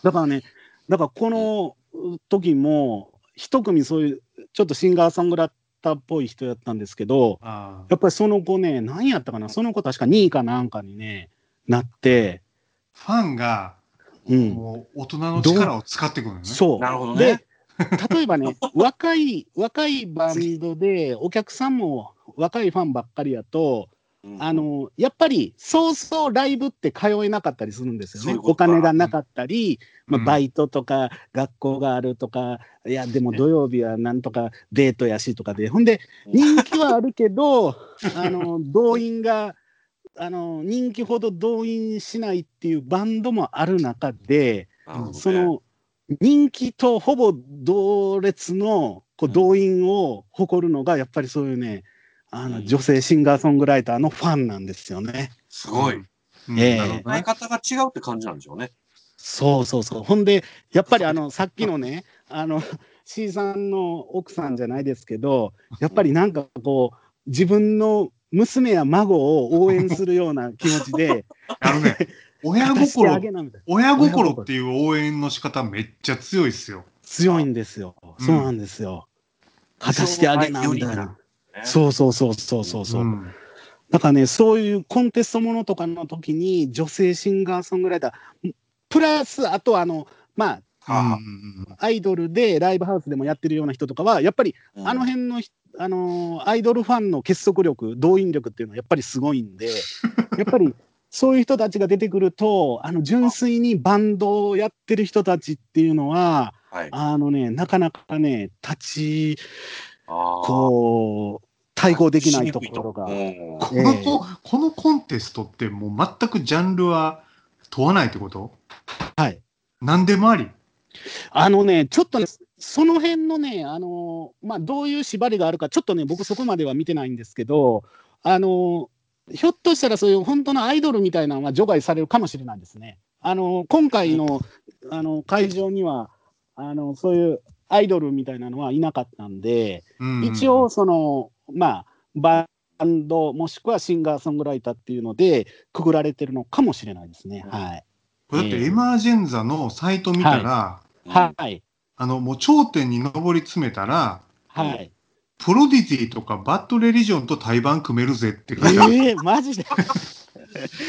だからねだからこの時も一組そういうちょっとシンガーソングライターっぽい人やったんですけど
あ
やっぱりその後ね何やったかなその子確か2位かなんかにねなって
ファンが、
うん
もう、大人の力を使ってくるのね。
そう
なるほどね
で例えばね若い若いバンドでお客さんも若いファンばっかりやと
うん
あのやっぱりそうそうライブって通えなかったりするんですよね
そういうこ
お
とか
金がなかったり、ま
う
あ、
ん
バイトとか学校があるとか、いやでも土曜日はなんとかデートやしとかでほんで人気はある
[laughs]
けどあの動員があの人気ほど動員しないっていうバンドもある中で。
なるほどね
その人気とほぼ同列の
う
こうん動員を誇るのがやっぱりそういうねあ
う
の
ん
女性シンガーソングライターのファンなんですよね。
すごい。
うん。
ええ
なるほど
捉え
ね
方が違うって感じなんでしょうね。
そうそうそう。ほんでやっぱりあのさっきのねあの C さんの奥さんじゃないですけどやっぱりなんかこう自分の娘や孫を応援するような気持ちで
あの [laughs] ね、親
勝たしてあ
心
げなみたいな
親心っていう応援の仕方めっちゃ強いっすよ。
強いんですよ。
うん
そうなんですよ。勝たしてあげなみたいな。そうそうそうそうそうそう。
ん
だからね、そういうコンテストものとかの時に、女性シンガーソングライター、プラス、あとはあの、ま
うん
は
うん
あ、アイドルでライブハウスでもやってるような人とかは、やっぱり
あ
あの辺のひ、あのーアイドルファンの結束力、動員力っていうのはやっぱりすごいん [laughs] で、やっぱりそういう人たちが出てくると、あの純粋にバンドをやってる人たちっていうのは、
はい。
あのね、なかなかね、立ち、
あー
こう、対抗できないところが
う。ん
このここのコンテストってもう全くジャンルは問わないってこと
はい。
何でもあり。
あのね、ちょっとね、その辺のね、あのーまあ、どういう縛りがあるか、ちょっとね、僕、そこまでは見てないんですけど、あのーひょっとしたら、そういう本当のアイドルみたいなのは除外されるかもしれないですね。あのー今回の、あの会場にはあのそういうアイドルみたいなのはいなかったんで、
うん
一応、、その、まあ、バンド、もしくはシンガーソングライターっていうので、くぐられてるのかもしれないですね。はい。
だってエマージェンザのサイト見たら、
はい。
あのもう頂点に上り詰めたら、
はい。
プロディティとかバッドレリジョンと対バン組めるぜって書いてある。
ええマジで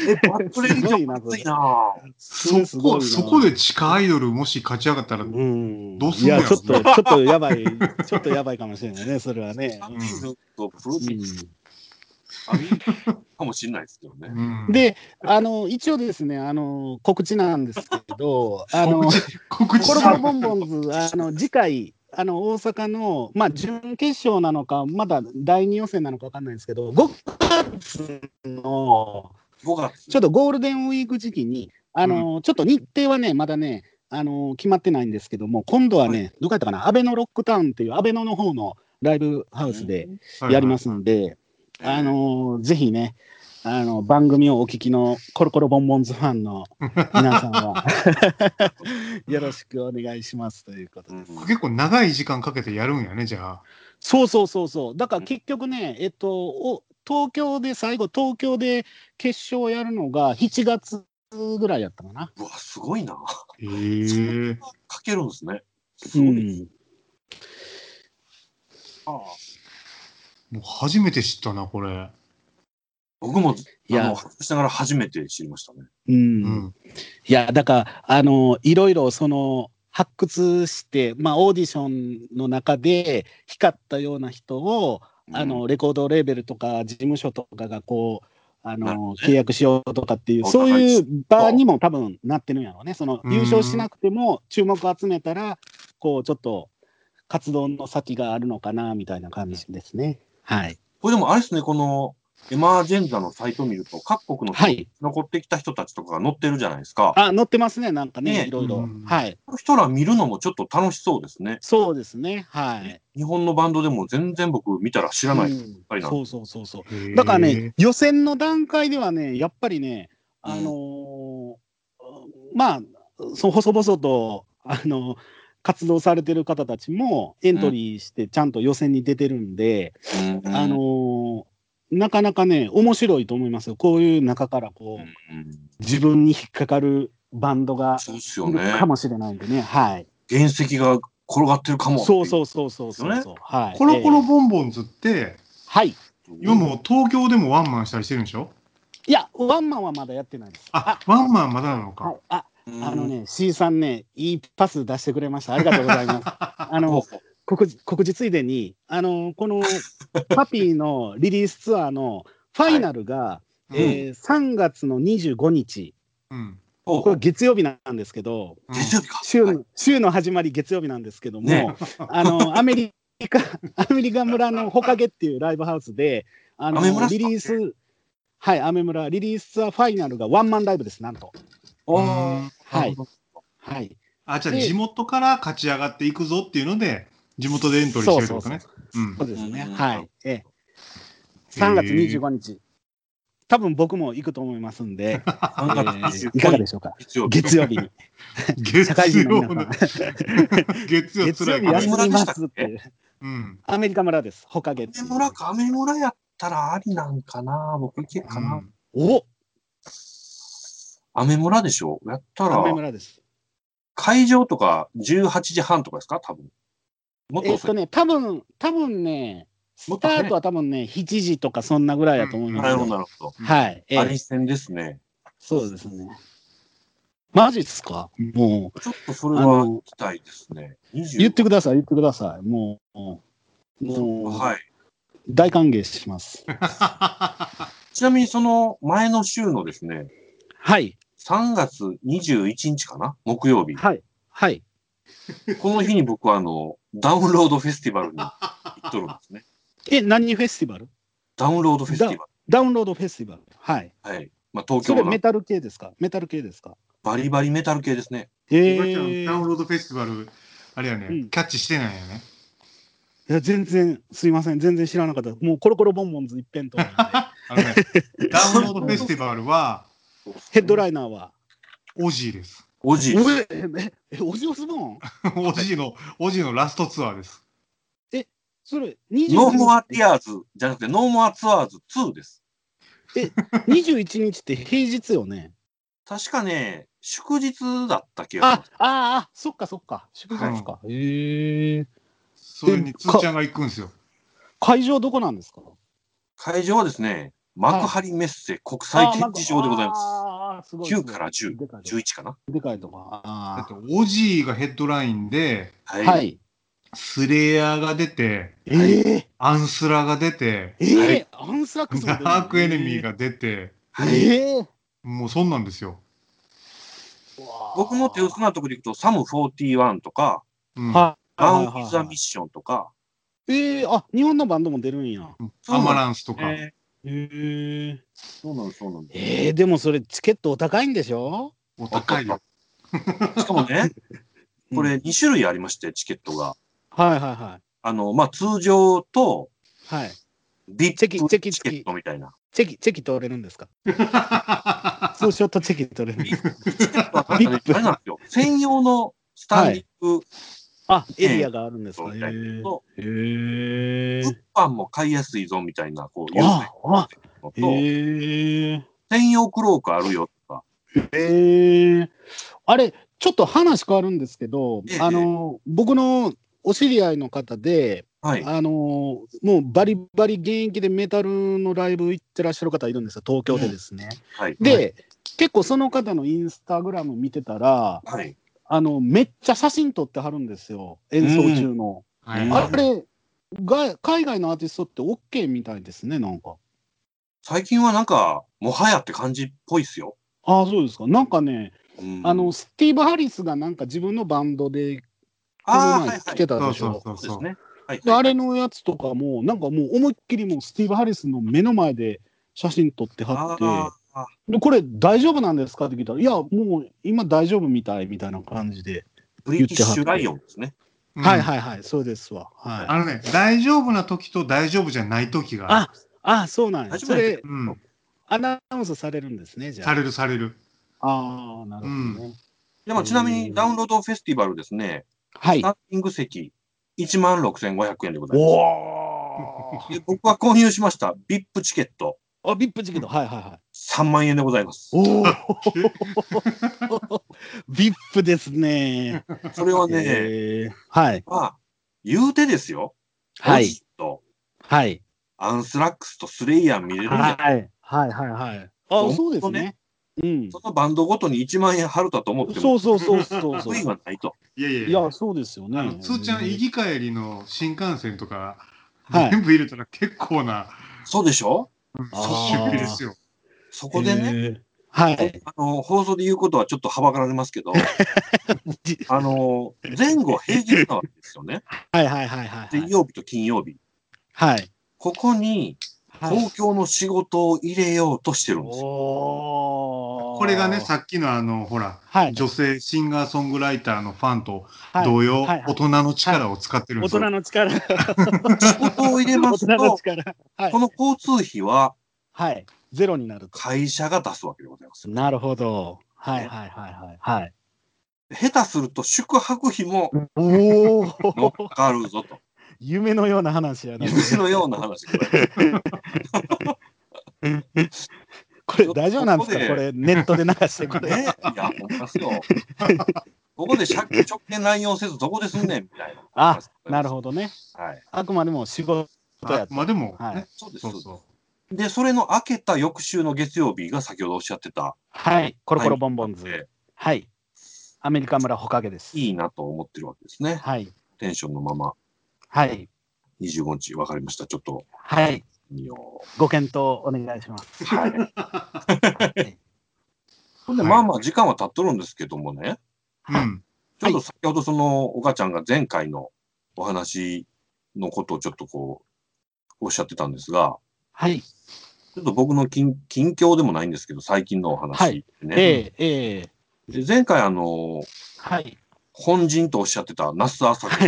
え、バップレイ
すごいな
熱いな。
そ
すごい
こ、
な
そこで地下アイドルもし勝ち上がったら、
うん
どうすん
い
のや
や、ちょっと、ちょっとやばい、 [laughs] ちょっとやばいかもしれないね、それはね。
サンディーズとプロ
う
デュース
ん
ありかもしれないですけどね。
うん、
で、あの、一応ですね、あの、告知なんですけ
[laughs]
ど、あの、
告
コ
知、告知
ロ
さ
コ
れ
ロボンボンズ、あの、次回、あの、大阪の、まあ、準決勝なのか、まだ第二予選なのかわかんないんですけど、5月の、
5月。
ちょっとゴールデンウィーク時期に、あのちょっと日程はね、まだね、あの決まってないんですけども、今度はね、どこやったかな、アベノロックタウンっていう、アベノの方のライブハウスでやりますんで、あのぜひね、あの番組をお聞きのコロコロボンボンズファン [laughs] の皆さんは、 [laughs] よろしくお願いしますということ
う
で。
ん
結構長い時間かけてやるんやね、じゃあ。
そうそうそうそう、だから結局ね、えっと、お東京で最後、東京で決勝をやるのが7月ぐらいやったかな。
うわ、すごいな。か
へえ。
けるんですね。す
う
ごい
ん
な。
もう初めて知ったな、これ。
僕も、
いや
あの、しながら初めて知りましたね。
うん
うん。
いやだからあのいろいろその発掘して、まあ、オーディションの中で光ったような人を、あのレコードレーベルとか事務所とかがこうあ
なるほ
の、
どね
契約しようとかっていう
お
そう
互い知
い
っ
う場にも多分なってるんやろうねその
うん
優勝しなくても注目を集めたらこうちょっと活動の先があるのかなみたいな感じですね。はい、
これでもあれですね、このエマージェンザのサイトを見ると、各国の
はい、
残ってきた人たちとかが載ってるじゃないですか。
あ載ってますねなんかね
ね
いろいろ、
うん
はい
その人ら見るのもちょっと楽しそうですね。
そうですねはい。
日本のバンドでも全然僕見たら知らない。
うん
ぱりな
そうそうそうそう
へー
だからね、、予選の段階ではね、やっぱりね、
うん
あのーまあ、そう細々と、あの活動されてる方たちもエントリーして、ちゃんと予選に出てるんで、
うん
あの、ーなかなかね、面白いと思いますよ。こういう中からこ
う
う、
ん
自分に引っかかるバンドが
そうですよ
いる
ね
か。もしれないんでね、はい。
原石が転がってるかも。
そう
う。
そうそうそうそうそう、はい。
コロコ
え
ロ
え
ボンボンズって、
はい。
今もう東京でもワンマンしたりしてるんでしょ
いや、ワンマンはまだやってないです。
あ、ワンマンまだなの
あはい
か。、
あ、
うん
あの。ね、C さんね、いいパス出してくれました。ありがとうござ
[laughs]
います。あ
ほう
の、
ほう
告示告示ついでに、あの、
[laughs]
このパピーのリリースツアーのファイナルが、
うん
えー3月の25日、
うん。
ほう
これ月曜日なんですけど、
うん
月曜日か。
週の,、
はい
週の始まり月曜日なんですけども、
ね [laughs]
あの、アメリカ、アメリカ村のほかげっていうライブハウスで、あの
アメ村、っす
リ
か
リース、はい、アメ村、リリースツアーファイナルがワンマンライブです、なんと。
うん
はい。はい。
あ、じゃあ
で
地元から勝ち上がっていくぞっていうので、地元でエントリーしてるってことね。うん
そうですね。
うん
はい。ええ。3月25日。多分僕も行くと思いますんで、
3月
え
25
ー
日
いかがでしょうか。
月曜日。
月曜日に。社会
月
人の
曜
皆
の、
さん。
月曜つ
月
ら
曜
い
日
かもね。
休みますっていう。
うん。
アメリカ村です。ほかげってい
雨
う。
村か、雨村やったらありなんかな。僕いけるかな。
お
雨村でしょやった
アメ
ら、
村です。
会場とか18時半とかですか多分。もっと
えっ
遅
と
い。
ね、多分多分ね、
もっと
スタ
ね
ートは多分ね、7時とかそんなぐらいやと思いま
な
す
るほ
よ。
ど、なるほ
ど
はい。え
ど。あり
え、
せんですね。
そうですね。マジっすかもう、
ちょっとそれ
あ
は
の
期待ですね。
言っ
20
てください、言ってください。もう、もう、
はい。
大歓迎します。
ちなみにその前の週のですね、
はい。
3月21日かな木曜日。
はい。はい。
この日に僕はあの、ダウンロードフェスティバルに行っとるんです
[laughs]
ね。
え、何フェスティバル
ダウンロードフェスティバ
ダウンロードフェスティバル。はい。
ル。はい。まあ、東
そ
京
れ
の
メタル系ですかメタル系ですか
バリバリメタル系ですね。
え
え
ー、ダウン
ー、
ロードフェスティバル、あれや
う
ね
ん、
キャッチしてないよね。
いや全然、すいません。全然知らなかった。もうコロコロボンボンズ一辺倒な
[laughs]
んで
あ
[laughs]
のね、ダウンロードフェスティバルは、
ヘッド
イ
ライナーは。
オジー
[laughs]
です。
ン。おじい。
え、え、え、オジオスボーン
オジーの、オジーのラストツアーです。
それ、20
ノーモアティアーズじゃなくて、ノーモアツアーズ2です。
21日って平日よね。
確かね、祝日だった気がし
あ
ます。、
あああ、そっかそっか。祝日ですか。ええー。
それに、つーちゃんが行くんですよ。
会場どこなんですか
会場はですね、幕張メッセ国際展示場でございます。
す。あーすごい
9から10
でかいとこ
11かな
でかいとか。
だっ
あ
て、オジーがヘッドラインで、
は
ーはい。
スレイヤーが出て、
えー、
アンスラが出て、
えー
はい
アンスラックスも
ダ
出るの
ークエネミー。が出て、
えーえ
もうそんなんですよ。
ーうわー
僕の手薄なところでいくと、サム41とか、
うん
はい
マ
はい
ン・ウィ
はいはい
ザ・ミッションとか、
えー、あ日本のバンドも出るんや。
アマランスとか。
えー
え
そうなんです、そうなんで
えー、でもそれチケットお高いんでしょ
お高いよ。
す。しかもね、
[laughs] うん
これ2種類ありまして、チケットが。
はいはいは
あの、まあ、通常と、
い。はい、
ビ
チェキ
ップ
チ
チケ
ェキ付き
ットみたいな。
チェキチェキ取れるんですかツーショットチェキ取れるんですか
あなんかねあれなんですよ。専用のスタンディング
あエリアがあるんですか、
そうみ
え
たいなの
ー、
と、
ええ
物販も買いやすいぞみたいな、こう、言う
ああ
のと、
え
専用クロークあるよとか、
えー、あれちょっと話変わるんですけど、
ええ
あの僕のお知り合いの方で、
はい。
あのーもうバリバリ現役でメタルのライブ行ってらっしゃる方いるんですよ、東京でですね。
はい。
で、結構その方のインスタグラム見てたら、
はい。
あの、めっちゃ写真撮ってはるんですよ。演奏中の。
はい。
あれが、海外のアーティストって OK みたいですね、なんか。
最近はなんか、もはやって感じっぽいっすよ。
ああ、そうですか。なんかね、
うん
あの、、スティーブ・ハリスがなんか自分のバンドで、
ああ、はいは
前
い。
来てた
そ
で
う
し
そうそ
ょ。
う
そうです
そう。
ね。はい、
であれのやつとかも、なんかもう思いっきりもうスティーブ・ハリスの目の前で写真撮ってはって、
あー
で、これ大丈夫なんですかって聞いたら、いや、もう今大丈夫みたいみたいな感じで。
ブリティッシュライオンですね。
うん
はいはいはい、そうですわ。はい。
あのね、大丈夫な時と大丈夫じゃない時がある、
ああ、そうなんや。
大丈夫
それ、
うん、
アナウンスされるんですね、じゃ
さ
あ。
れるされる。
ああ、なるほどね。
でもちなみにダウンロードフェスティバルですね、
はい
スタ。ンディング席1万6500円でございま
お
す。で僕は購入しました、VIP チケット
お。あ、ビップチケット。はいはいはい。
3万円でございます。
おお。 [laughs] ビップですね。
それはね、
えーはい。
まあ、言うてですよ、
は
ロ
い。
ジと
はい。
アンスラックスとスレイヤー見れるんじゃない
はい。はいはいはい。あ、そうですね。うん。
そのバンドごとに1万円払ったと思って
そ
も、
うそうそ
[laughs]
うそうそう。
悔い
い
はないと。
いやいやいや。
や、そうですよ
あ
ね
の。つーちゃん、行き帰りの新幹線とか、
はい
全部入れたら結構な
そうでしょ
あ
出
ー
費ですよ。
そこでね、
ね。
はい。
あの、放送で言うことはちょっとはばかられますけ
[laughs]
ど、あの、前後平日なわけですよね。
はいはいはいはい。
水曜日と金曜日。
はい。
ここに
はい
公共の仕事を入れようとしてるんですよ。
おー
これがね、さっきのあの、ほら、
はい。
女性シンガーソングライターのファンと
はい
同様、
はいはい
大人の力を使ってるん
大
ですよ。
人の力。
仕事を入れま
[laughs] 大
す
人
と
の、力。はい
こ。の交通費は
はい。ゼロになると。
会社が出すわけでございます。
なるほど。はいはいはいはい。はい。
下手すると宿泊費も
お
乗
お。
っかるぞ [laughs] と。
[laughs] 夢のような話やな。
夢のような話でございます。
これ大丈夫なんです
こ
か
こで
これネットで流してくれ。
ねいや、思いますよ。ここで借金直権乱用せずどこですんねんみたいな。
あ、なるほどね。
ど。はい。
あくまでも仕事や
あまあでも、ね
はい
そうです。そう
そう
です
そ
で、それの明けた翌週の月曜日が先ほどおっしゃってた。
はい。コロコロボンボン
はい
ズ。はい。アメリカ村ほかげです。
いいなと思ってるわけですね。
はい。
テンションのまま。
はい。
25日、わかりました。ちょっと
はい。
見よ
ご検討お願いします。
う。はい。 [laughs] ほんで、
はい
まあまあ、時間は経っとるんですけどもね。
う。
[laughs]
うん。
ちょっと先ほど、その、岡ちゃんが前回のお話のことをちょっとこう、おっしゃってたんですが、
はい。
ちょっと僕の近近況でもないんですけど、最近のお話ね。
ええ、ええ。
で前回、あの、 [laughs]
はい。
本人とおっしゃってた那須朝子さ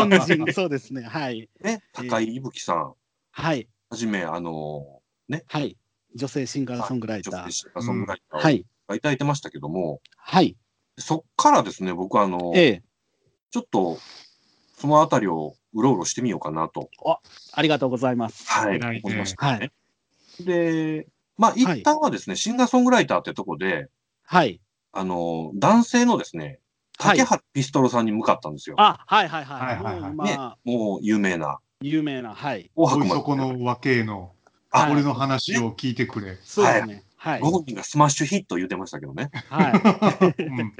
ん、
本人、 [laughs] そうですね。はい。
ね、高井いぶきさん、
はい。
はじめ、あの、
はい。女性シンガーソングライタ
女性
ー。
シンガーソングライターを
はい。
いただいてましたけども、
はい。
そっからですね、僕あの、
ええ。
ちょっと、そのあたりをうろうろしてみようかなと、
ありがとうございます。
はい、
偉いね
思いました。
はい。
で、まあ、一旦はですね、シンガーソングライターってとこで、
はい。
あの、男性のですね、
はい
竹原ピストロさんに向かったんですよ。
あ、はいはいはい。
はいはいはい
もう今、
もう有名な、
有名な、はい。
紅
おい
白ま
そ
で。
この和系の、
あ
俺の話を聞いてくれ。
そうですね。はい。
ご本人がスマッシュヒット言うてましたけどね。
は
うん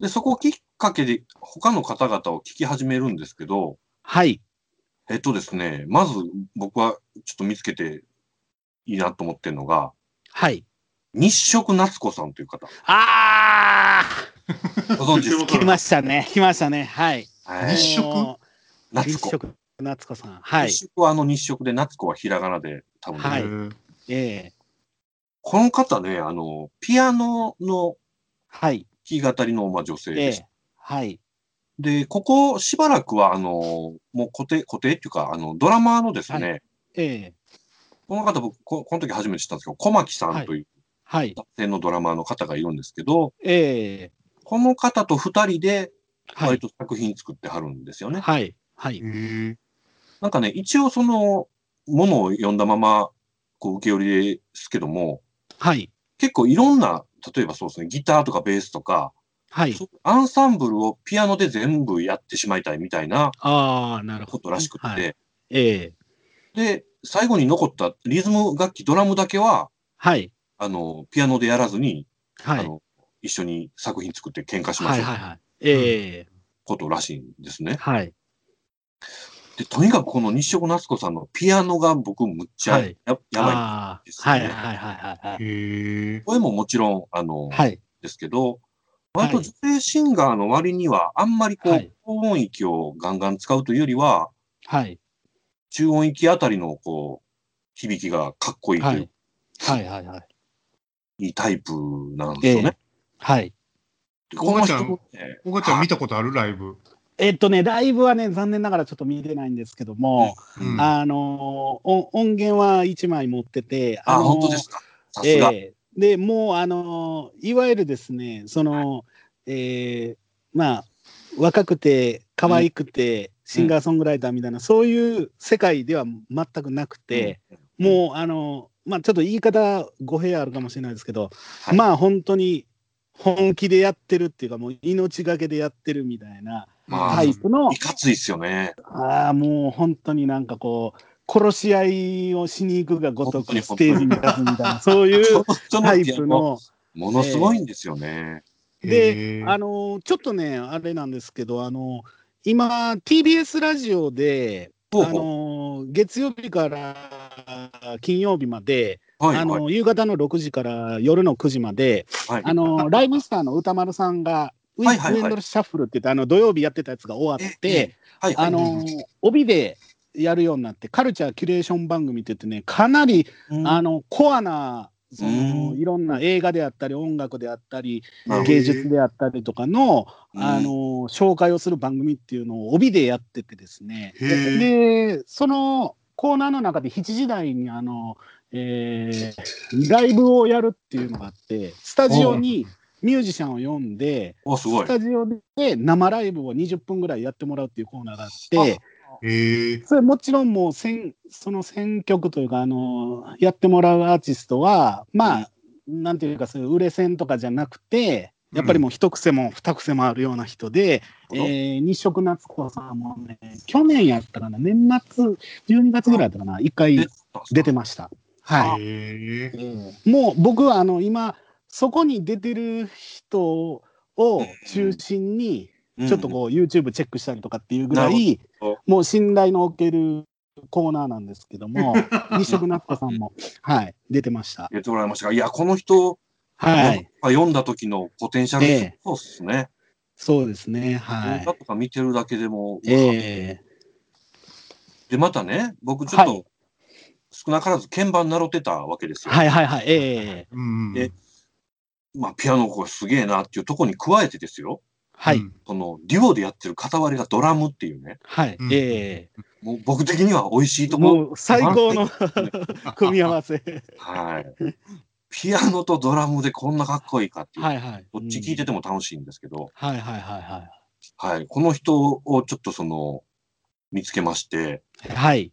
で、そこをきっかけで、他の方々を聞き始めるんですけど、
はい。
えっとですね、まず僕はちょっと見つけていいなと思ってるのが、
はい。
日食夏子さんという方。
ああ
ご存知です
[laughs]
聞
か [laughs]
い
来ましたね。来ましたね。はい。
は
日
い。
食
もう
夏
日
子。
食夏子さん。はい
日。食はあの日食で、夏子はひらがなで、多分ね、
[laughs] はい
へー
ええ。
この方ね、あの、ピアノの
はい。
弾き語りの、まあ、女性
え
でし
え。はい。
で、ここしばらくは、あの、もう固定、固定っていうか、あの、ドラマーのですね、
ええ。
この方僕こ、この時初めて知ったんですけど、小牧さんという
はい。
男性のドラマーの方がいるんですけど、
ええ。
この方と二人で、
は
割
い。
と作品作ってはるんですよね。
はい。はい。
へー
なんかね、一応その、ものを読んだまま、こう、受け売りですけども、
はい。
結構いろんな、例えばそうですね、ギターとかベースとか、
はい。
そうアンサンブルをピアノで全部やってしまいたいみたいな
ああ、なるほ
こ
ど。
とらしくって、
はいええ。
で、最後に残ったリズム楽器、ドラムだけは、
はい。
あの、ピアノでやらずに、
は
あ
い。
の、一緒に作品作って喧嘩しま
は
し
い
ょう
はいはい。ええ
ことらしいんですね。
はい。
で、とにかくこの西尾夏子さんのピアノが僕むっちゃ
は
や,、
い
やばい。
あ
です
あ、
ね
はいはいはいはいはい。
へえ。
声ももちろん、あの、
はい。
ですけど、
はい
割と女性シンガーの割には、あんまりこう、
はい
高音域をガンガン使うというよりは、
はい。
中音域あたりのこう、響きがかっこいいと
は
いう、
い。はいはいはい。
い、いタイプなんです
え
よね
え。はい。
で
おばちゃん
この人もね
小川ちゃん見たことあるライブ。
えっとね、ライブはね、残念ながらちょっと見れないんですけども、
うん
あのーお音源は1枚持ってて、
あ、
のー
本当ですか。さ
え
すが。
えで、もう、あのーいわゆるですね、その、ええまあ、若くて、可愛くて、シンガーソングライターみたいな、そういう世界では全くなくて、
うん
もう、あのーまあ、ちょっと言い方、語弊あるかもしれないですけど、
はい
まあ、本当に、本気でやってるっていうか、もう命がけでやってるみたいな
まあ
タイプの、
いかついっすよね。
ああ、もう本当になんかこう、殺し合いをしに行くがごと
本当に
くステージに立つみたいな、そう
[laughs]
い
そうの人
タ
の
イ
ピア
プ
ノ、
の。
ものすごいんですよね。
へ
で
え、
あの、ちょっとね、あれなんですけど、あの、今、TBS ラジオで、
ほう
あ
ほ
の月曜日から金曜日まで、
う。はい
あ
はい。
の夕方の6時から夜の9時まで、
はい [laughs]
あのライブスターの歌丸さんがウィ,、
はいはいはい
ウィンドルシャッフルって言ってあの土曜日やってたやつが終わって、
ええはいはい
あのー帯でやるようになってカルチャーキュレーション番組って言ってねかなり、
うん
あのコアなその
うん
いろんな映画であったり音楽であったり
なるほど
芸術であったりとかの、
うん
あのー紹介をする番組っていうのを帯でやっててですね
へー
でそのコーナーの中で7時台にあの、えーライブをやるっていうのがあってスタジオにミュージシャンを呼んで。
お、すごい
ス。タジオで生ライブを20分ぐらいやってもらうっていうコーナーがあっ
あ
て、
へえ。
それもちろんもう選その選曲というか、あのやってもらうアーティストは、まあ、なんていうか、そういう売れ線とかじゃなくて、やっぱりもう一癖も二癖もあるような人で、
うん
えー日食夏子さんもね、去年やったかな、年末、12月ぐらいだったかな、一回出て
ま
ました。はい。
へえ。
もう僕はあの今そこに出てる人を中心に
す
ちょっとこう YouTube チェックしたりとかっていうぐらい
なるほ
もう信頼のおけるコーナーなんですけ
[laughs]
ども二色なっこさんもはい出てました
うん。出てもらいましたが、いや、この人、
はい
読んだ時のポテンシャル、
ええ
そうっすね。
そうですねは
映
い
画とか見てるだけでも、
ええ
で、またね、僕ちょっと、
は
少なからず鍵盤習ってたわけですよ。
はいはいはいええ
うん。
でまあ、ピアノこれすげえなっていうところに加えてですよ、
はい
うん。
その、デュオでやってる片割れがドラムっていうね、
はい
うん
え
もう僕的には美味しい
え
ところ。
もう最高の [laughs] 組み合
[laughs]
わせ
はい。ピアノとドラムでこんなかっこいいかっていう。
はいはい
どっち聴いて
た
ても楽しいんですけど、
はいはいはいは
はい。この人をちょっとその、見つけまして、
いはい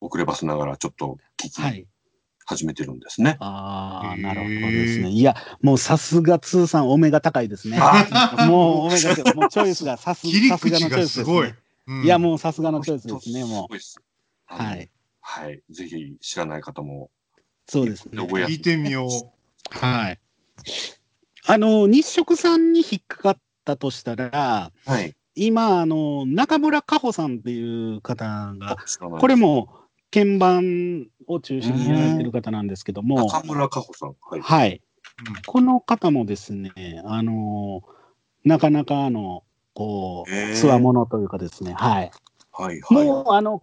遅ればせながらちょっと聞
は
き
い
始めてるんですね。
ああ、
へー
なるほどですね。いや、もうさすが通さん、お目が高いですね。
あ
[laughs]
もうお目が高い。もうチョイスがさす
切り
さすが
口
のチョイス
がす
です、ね。
ごい。
いや、
う
もうさすがのチョイス
この
で
人
すね、
す
も
ごいっす。
う。
あの
はい。。
はい。ぜひ知らない方も。
そうですね。
覚え
ん。
やす
聞いてみよう。
はい。あの、日食さんに引っかかったとしたら、
はい。
今、あの、中村佳穂さんっていう方
あ
が、
知らない
これも鍵盤を中心にやられてる方なんですけども、
中村佳穂さん。はい。
はい。
うん
この方もですね、あのなかなかあの、こ
へ
う、
ー
つわものというかですね、はい。
はい。
も
は
う、あの、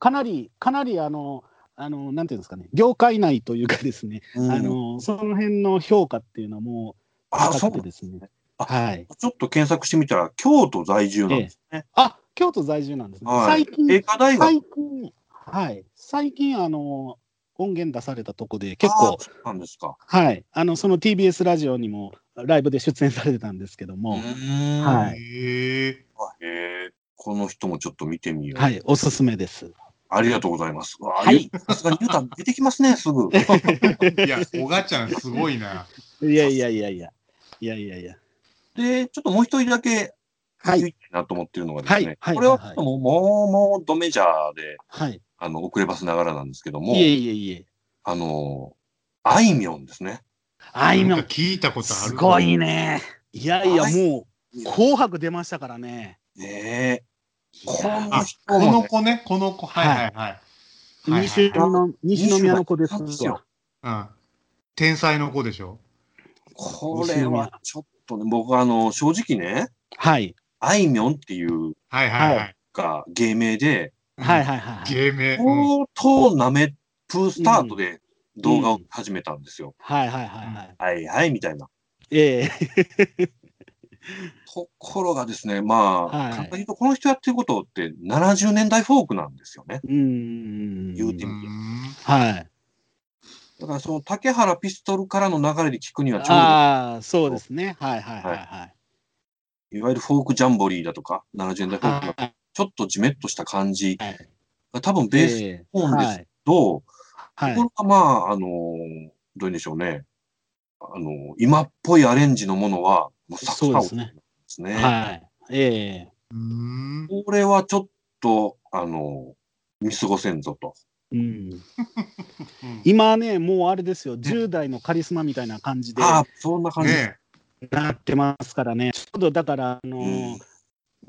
かなり、かなりあの、あの、なんていうんですかね、業界内というかですね、
い。うん
あ、の、その辺の評価っていうのはもう
あ、そ
高
うなん
くて
で
ですね、
あ
はい。
す。ちょっと検索してみたら、京都在住なんですね。
あ、京都在住なんですね。
はい
最近、
栄華大学
最近、はい。最近、あの、音源出されたとこで結構
あ、そうなんですか。
はい。あの、その TBS ラジオにもライブで出演されてたんですけども、
は。
はいい
へえ。
へーこの人もちょっと見てみよう。
はい、おすすめです。
ありがとうございます。わあ
はい
いいさすがにゆうたん出てきますね、す
[laughs]
ぐ。
いや、小川ちゃんすごいな。
いやいやいやいや。いやいやいや。
で、ちょっともう一人だけ
は
言い
い。
たいなと思ってるのがですね、
はいはい
これは
はいはい
もう、もう、もうドメジャーで、
はい。
あの、遅ればせながらなんですけども
い、えいえいえ。
あの、あいみょんですね。
あ、
なん
今
か、聞いたことある。
すごいね。いやいや、
はい
もう、紅白出ましたからね。
ねえ。この
あ
人
こ
も
の
ね、
子ね、この子、はいはいはい。はいは
西
い
の西宮の子です
そうですよ
わ。
うん、天才の子でしょ。
これはちょっとね、僕あの、正直ね、
はい。
あいみょんっていう
はいはい
は
はい。
か芸名で、
はいはいはい。
芸名。うん
相当なめプースタートで動画を始めたんですよ。
はいはいはいはい。
はいはい、みたいな。
え
ところがですね、まあ、
は
簡
い
単に言うと、この人やってることって70年代フォークなんですよね。
え。うん。
言うて
う
も
ん
はい。
だからその竹原ピストルからの流れで聞くにはちょう
ああ、そうですね。はいはいはいはい。
ど、いわゆるフォークジャンボリーだとか、70年代フォークの
は
ちょっとじめっとした感じ
い。
が多分ベース
ええ
本です
はい。
と、
はい
こ。れがまあ、あのーどういうんでしょうね。あのー今っぽいアレンジのものは、もうサクサク
そうですね
ですね。
はい。ええ。
うん
これはちょっと、あのー見過ごせんぞと。
うん。今ね、もうあれですよ。10代のカリスマみたいな感じで。
ああ、そんな感じ。
ね
なってますからね、ちょうどだから、あの
うん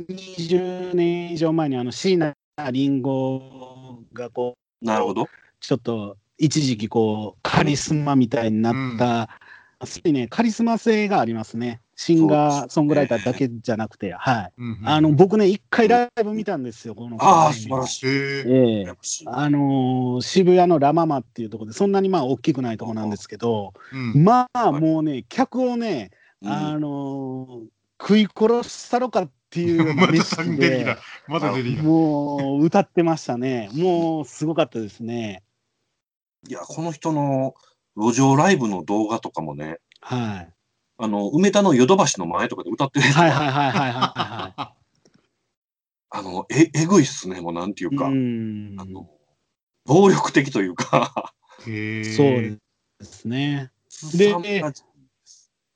20年以上前にあの椎名林檎がこう
なるほど。
ちょっと一時期こうカリスマみたいになった、すごいね、カリスマ性がありますね、シンガー、ソングライターだけじゃなくて、はい、
うん
あの僕ね、一回ライブ見たんですよ、この
ああ、素晴らしい。
えー
ええ
羨ましい
あのー渋谷のラ・ママっていうところで、そんなにまあ大きくないところなんですけど、
うん
まあもうね、客をね、
うん
あのー食い殺したろかっていう
[laughs]
ような
ま
意
た
識
三出てき
で
た。また出てきた。
もう歌ってました
[laughs]
ね。もうすごかったですね。
いや、この人の路上ライブの動画とかもね、
は
[laughs] あの、梅田のヨドバシの前とかで歌ってる
[laughs] い。
やつ
はいはいはいはいは
あの、え、えぐいっすね、もうなんてい
いう
か、
はい。うん
あ。の、暴力的というか、
へえ
そうですね。 [laughs] で
凄まじ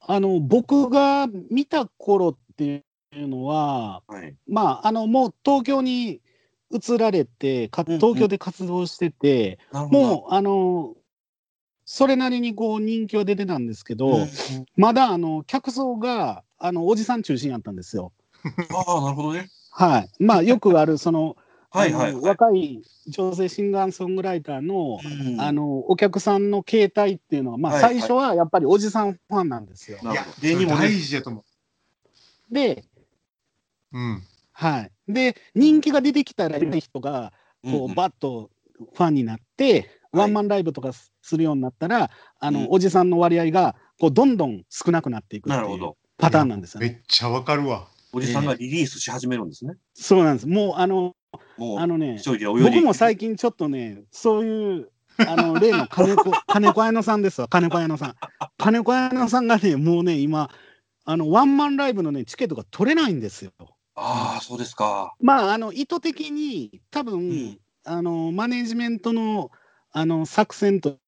あの僕が見た頃っていうのは、
はい。
まああのもう東京に移られて、か
うんうん
東京で活動してて、
なるほど
もうあのそれなりにこう人気は出てたんですけど。
うん
まだあの客層があのおじさん中心やったんですよ。
ああ、なるほどね。
はい。まあよくあるその
[laughs] はいはい
あの
はい。
若い女性シンガーソングライターの、
うん
あのお客さんの携帯っていうのは、まあ、
はいはい
最初はやっぱりおじさんファンなんですよ。
ないる
や
ほど、
それ大事やと思
で,、
う。うん。
はい、で人気が出てきたらいい人がこう、
うんうん
バッとファンになって、
はい
ワンマンライブとかすするようになったらあの、
うん
おじさんの割合がこうどんどん少なくなっていくって
なる
い
ほ
う
ど。
パターンなんですよ
め
ね。
っちゃわかるわ。
おじさんがリリースし始めるんですね。
そうなんです。もうあの
もう、
あのね
一、人で泳いで。
僕も最近ちょっとね、そういう、あの、例の
[laughs]
金子、金子綾乃さんですわ、金子綾乃さん。金子綾乃さんがね、もうね、今、あの、ワンマンライブのね、チケットが取れないんですよ。
ああ、そうですか。
まあ、あの、意図的に、多分、
ん
あの、マネジメントの、あの、作戦というか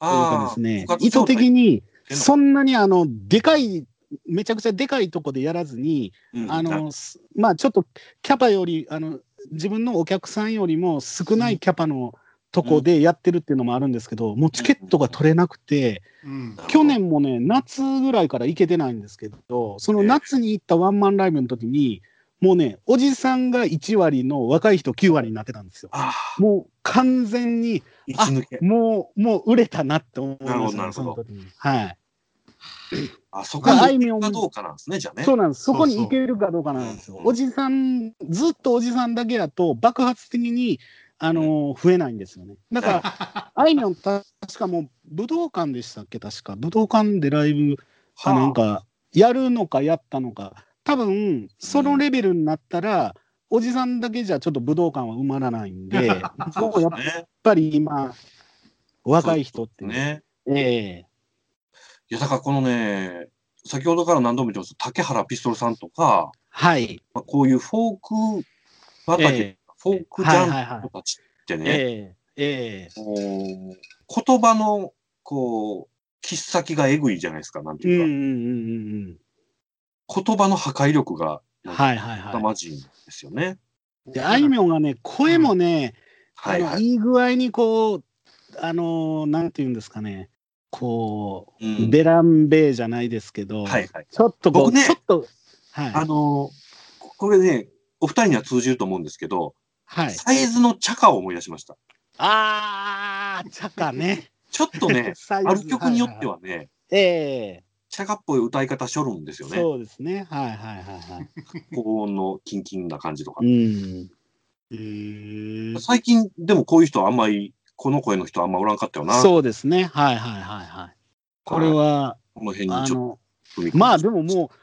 ああ、
ですね
部、活
意
状
図
態
的に、
の
そんなに、あの、でかい、めちゃくちゃでかいとこでやらずに、
うん
あの、すまあちょっとキャパより、あの、自分のお客さんよりも少ないキャパのとこでやってるっていうのもあるんですけど、もうチケットが取れなくて、
うん。
なるほど
去年もね、夏ぐらいから行けてないんですけど、その夏に行ったワンマンライブの時に、もうね、おじさんが1割の若い人9割になってたんですよ。
ああ、
もう完全に、
一抜け。
もう、もう売れたなって思いま
なるほ
し
ど
た
なるほ
ね、そ
ど
の時に。はい。
あそこに
まああ
行
いみ
け
ょ
る
ん
かどうかなんですね、じゃあね。
そうなんです。そこに
そうそう
行けるかどうかなんですよ
う。んうん
おじさん、ずっとおじさんだけやと爆発的に、あのー増えないんですよね。
[laughs]
だから、あいみょん、確かもう武道館でしたっけ確か。武道館でライブかなんか、やるのかやったのか。多分、そのレベルになったら、おじさんだけじゃちょっと武道館は埋まらないん
[laughs]
で、
そ
そう
う
やっ
ですね。
ぱり今、若い人ってね。
ね。
え
いや、だからこのね、先ほどから何度も言ってます、竹原ピストルさんとか、
はい。
まあ、こういうフォーク畑、
え
フォークジャンル
はいはいはい
の人たちって
え
ね、
ええええ
こう言葉の、こう、切っ先がえぐいじゃないですか、なんて
うん
いう
う
か、
んうんうん
言葉の破壊力が
うん。はいはいはい
凄。まじいんですよね。
で、あいみょんがね、声もね、
はい
あ
は
の
い。
いい具合にこう、あのーなんていうんですかね、こ
う
う、
ん
ベランベーじゃないですけど、
はいはい。
ちょっとこう、
僕ね
ちょっと、はい。
あの、ここれね、お二人には通じると思うんですけど、
はい。
サイズのチャカを思い出しました。
あー、チャカね。、
ちょっとね
[laughs] サイズ
ある曲によって
は
はね、
いいえ
チャカっぽい歌い方しょるんです
え
よね。
そうですね。はいはいはいはい。
高音のキンキンな感じとか
う。ん。
えー
最近、でもこういう人あんまり、この声の人あんまおらんかったよな。
そうですね。はいはいはいはい。これは、
この辺に
あ
ちょっ
の、
と踏み込んで
まあでももう、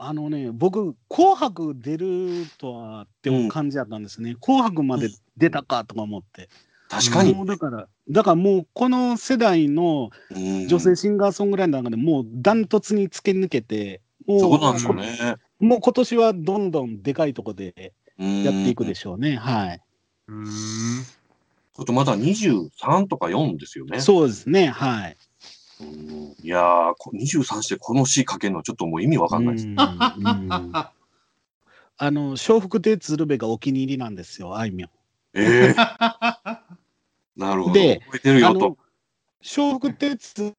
あのね、僕、紅白出るとはって感じだったんですね。紅白まで出たかとか思って。
確かに。
もうだから、だからもうこの世代の
うん
女性シンガーソングライターの中でもうダントツに突き抜けて、も
そううなんですよね。
もう今年はどんどんでかいとこでや
や
っていくでしょうね。はい。
うーん。
ちょっとまだ23とか4ですよね。
そうですね。はい。
うんいやー、こ23してこの詩書けるのちょっともう意味わかんないです。
うんうん
あ
あの、笑福亭鶴瓶がお気に入りなんですよ、あいみょん。 [laughs]
ええなるほど。
で
覚えてる
あ
よ
の
と。
笑福亭鶴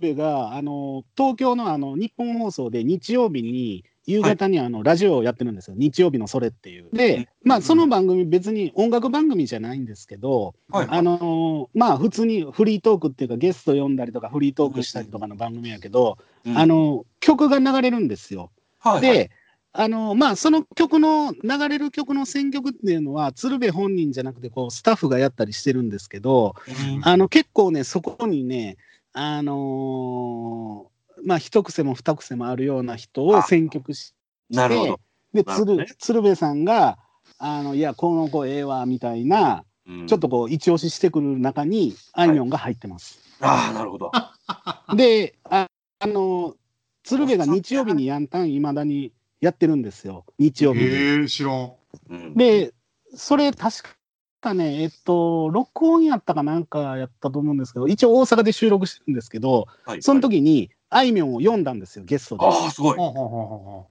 瓶があの東京のあの日本放送で日曜日に夕方にあの、ラジオをやってるんですよ日曜日のそれっていう。
うん
で、まあ、その番組別に音楽番組じゃないんですけど、
はい
あのまあ普通にフリートークっていうかゲスト呼んだりとかフリートークしたりとかの番組やけど、
うん
あ、の曲が流れるんですよ。
はいはい、
で、あのまあ、その曲の流れる曲の選曲っていうのは鶴瓶本人じゃなくてこうスタッフがやったりしてるんですけど、
うん
あの結構ねそこにねあのーまあ一癖も二癖もあるような人を
あ
選曲して
なるほど。
で
なるほど
鶴,、
ね
鶴瓶さんが「あのいやこの子ええわ」みたいな
うん
ちょっとこう一押ししてくる中にあいみょんが入ってます。
ああ、なるほど。
であ、あのー鶴瓶が日曜日にやんたんいまだにやってるんですよ日曜日に。
へえ、知らん。
うん、
でそれ確かねえっと録音やったかなんかやったと思うんですけど一応大阪で収録してるんですけど
はい
その時にあいみょんを読んだんですよゲスト
ああ、すごい。
ほうほうほうほ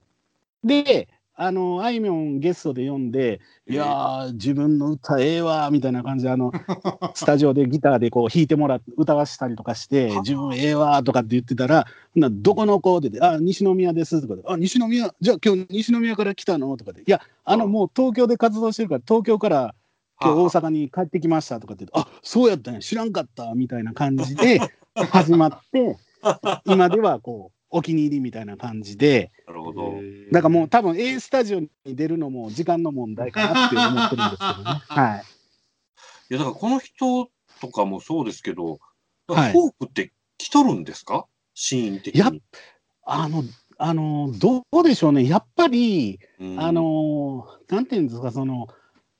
で。であのあいみょんゲストで読んで「いやー自分の歌ええわ」みたいな感じであのスタジオでギターでこう弾いてもらって歌わしたりとかして「自分ええわ」とかって言ってたら「ほなどこの子?」って言って「あ西宮です」とかで「あ西宮じゃあ今日西宮から来たの?」とかで「いやあのもう東京で活動してるから東京から今日大阪に帰ってきましたとかって言ってあそうやったんや知らんかったみたいな感じで始まって今ではこうお気に入りみたいな感じで
なるほ
う
ど
ほう。。へえ
だからもう多分 A スタジオに出るのも時間の問題かなって思ってるんですけどね。はい
いや、だからこの人とかもそうですけど、フ
は
ォ
い
ークって来とるんですかシーン的に。
やっあのあのどうでしょうねやっぱり
うん
あ、のなんていうんですかその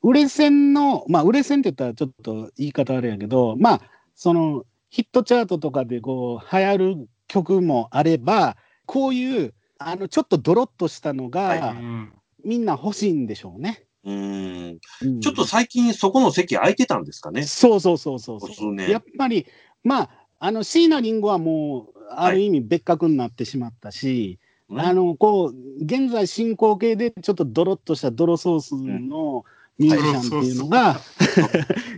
売れ線のまあ売れ線って言ったらちょっと言い方あれやけどまあそのヒットチャートとかでこう流行る曲もあればこういうあのちょっとドロッとしたのが、
は
うん
みんな欲しいんでしょうね。
うん。
うん
ちょっと最近そこの席空いてたんですかね。
そうそうそうそう
ここ
そ
数
う、
年
やっぱりまああの椎名林檎はもうある意味別格になってしまったし、
ね
あのこう現在進行形でちょっとドロッとした泥ソースのミュージシャンっていうのが、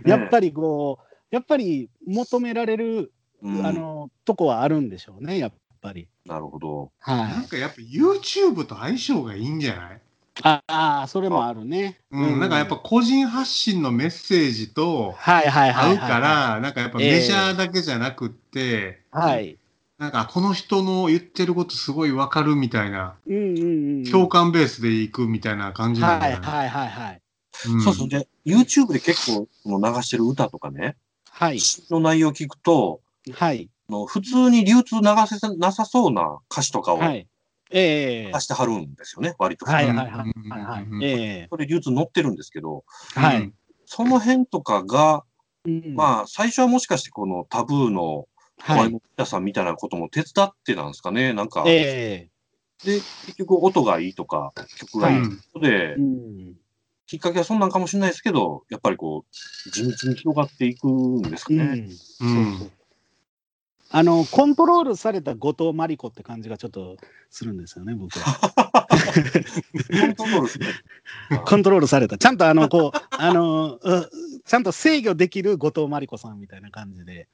やっぱりこうやっぱり求められる、
うん
あのとこはあるんでしょうねやっぱり。
なるほど。
は
なん
い、
かやっぱ YouTube と相性がいいんじゃない
ああそれもあるね。
うん、なんかやっぱ個人発信のメッセージと
はいはいは
合
いうはい
から、なんかやっぱメジャーだけじゃなくって、
はい。
なんかこの人の言ってることすごいわかるみたいな、
うんうんうん。
共感ベースでいくみたいな感じ
は
なん
い
じゃ
はい
ない、
はいはい。
うん
そうそう。で、YouTube で結構その流してる歌とかね、
はい。
詩の内容聞くと、
はい。
あの普通に流通流せさなさそうな歌詞とかを
は
出
い。ええ
してはるんですよね、割と。
はいはい
うん
はいはいはい
うん。
ええ
それ流通乗ってるんですけど、
う
はい。
ん
その辺とかが、
あ、
まあ、最初はもしかしてこのタブーの
は
怖い
い。
の皆さんみたいなことも手伝ってたんですかね、なんか。
え
で、結局音がいいとか、曲がいい
うん
ことで、
えうん。
きっかけはそんなんかもしれないですけど、やっぱりこう、地道に広がっていくんですか
う
ね。
ん。
うん
あの、コントロールされた後藤真理子って感じがちょっとするんですよね、僕は。 [laughs]
コントロールして
コントロールされた。ちゃんとあの、こう、 [laughs] あの、う [laughs] ちゃんと制御できる後藤真理子さんみたいな感じで。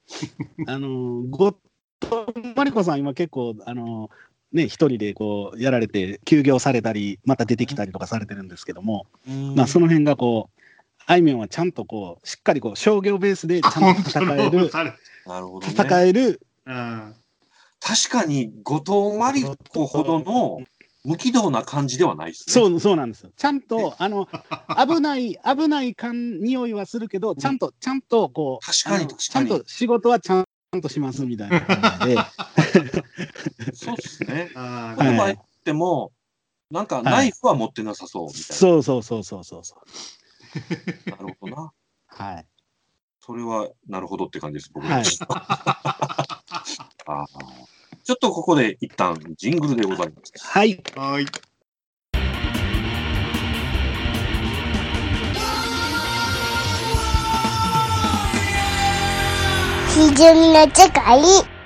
あの、後マリコさん、今結構、あの、ね、一人でこう、やられて、休業されたり、また出てきたりとかされてるんですけども、まあ、その辺がこう、あいみょんはちゃんとこう、しっかりこう、商業ベースでちゃんと戦
[laughs]
える、
され
なるほど、ね。
戦える、
うん。
確かに、後藤真理子ほどの無軌道な感じではないですね。
そう、そうなんですよ。ちゃんと、あの、危ない、危ない感、匂いはするけど、ちゃんと、ちゃんと、こう、
確かに
あの
確
ち
か
ゃ
に
んと仕事はちゃんとしますみたいな感
[laughs]
じで、
そうですね。
あ
この
ー
[laughs] は
前
い
っても、なんか
い
ナイフは持ってなさそうみた
そうそうそうそうそうそう。
いな。なるほどな。
はい。
それは、なるほどって感じです、僕
はい。
あーちょっとここで一旦ジングルでございます。
はい。
はい。
ひじゅみのちかい。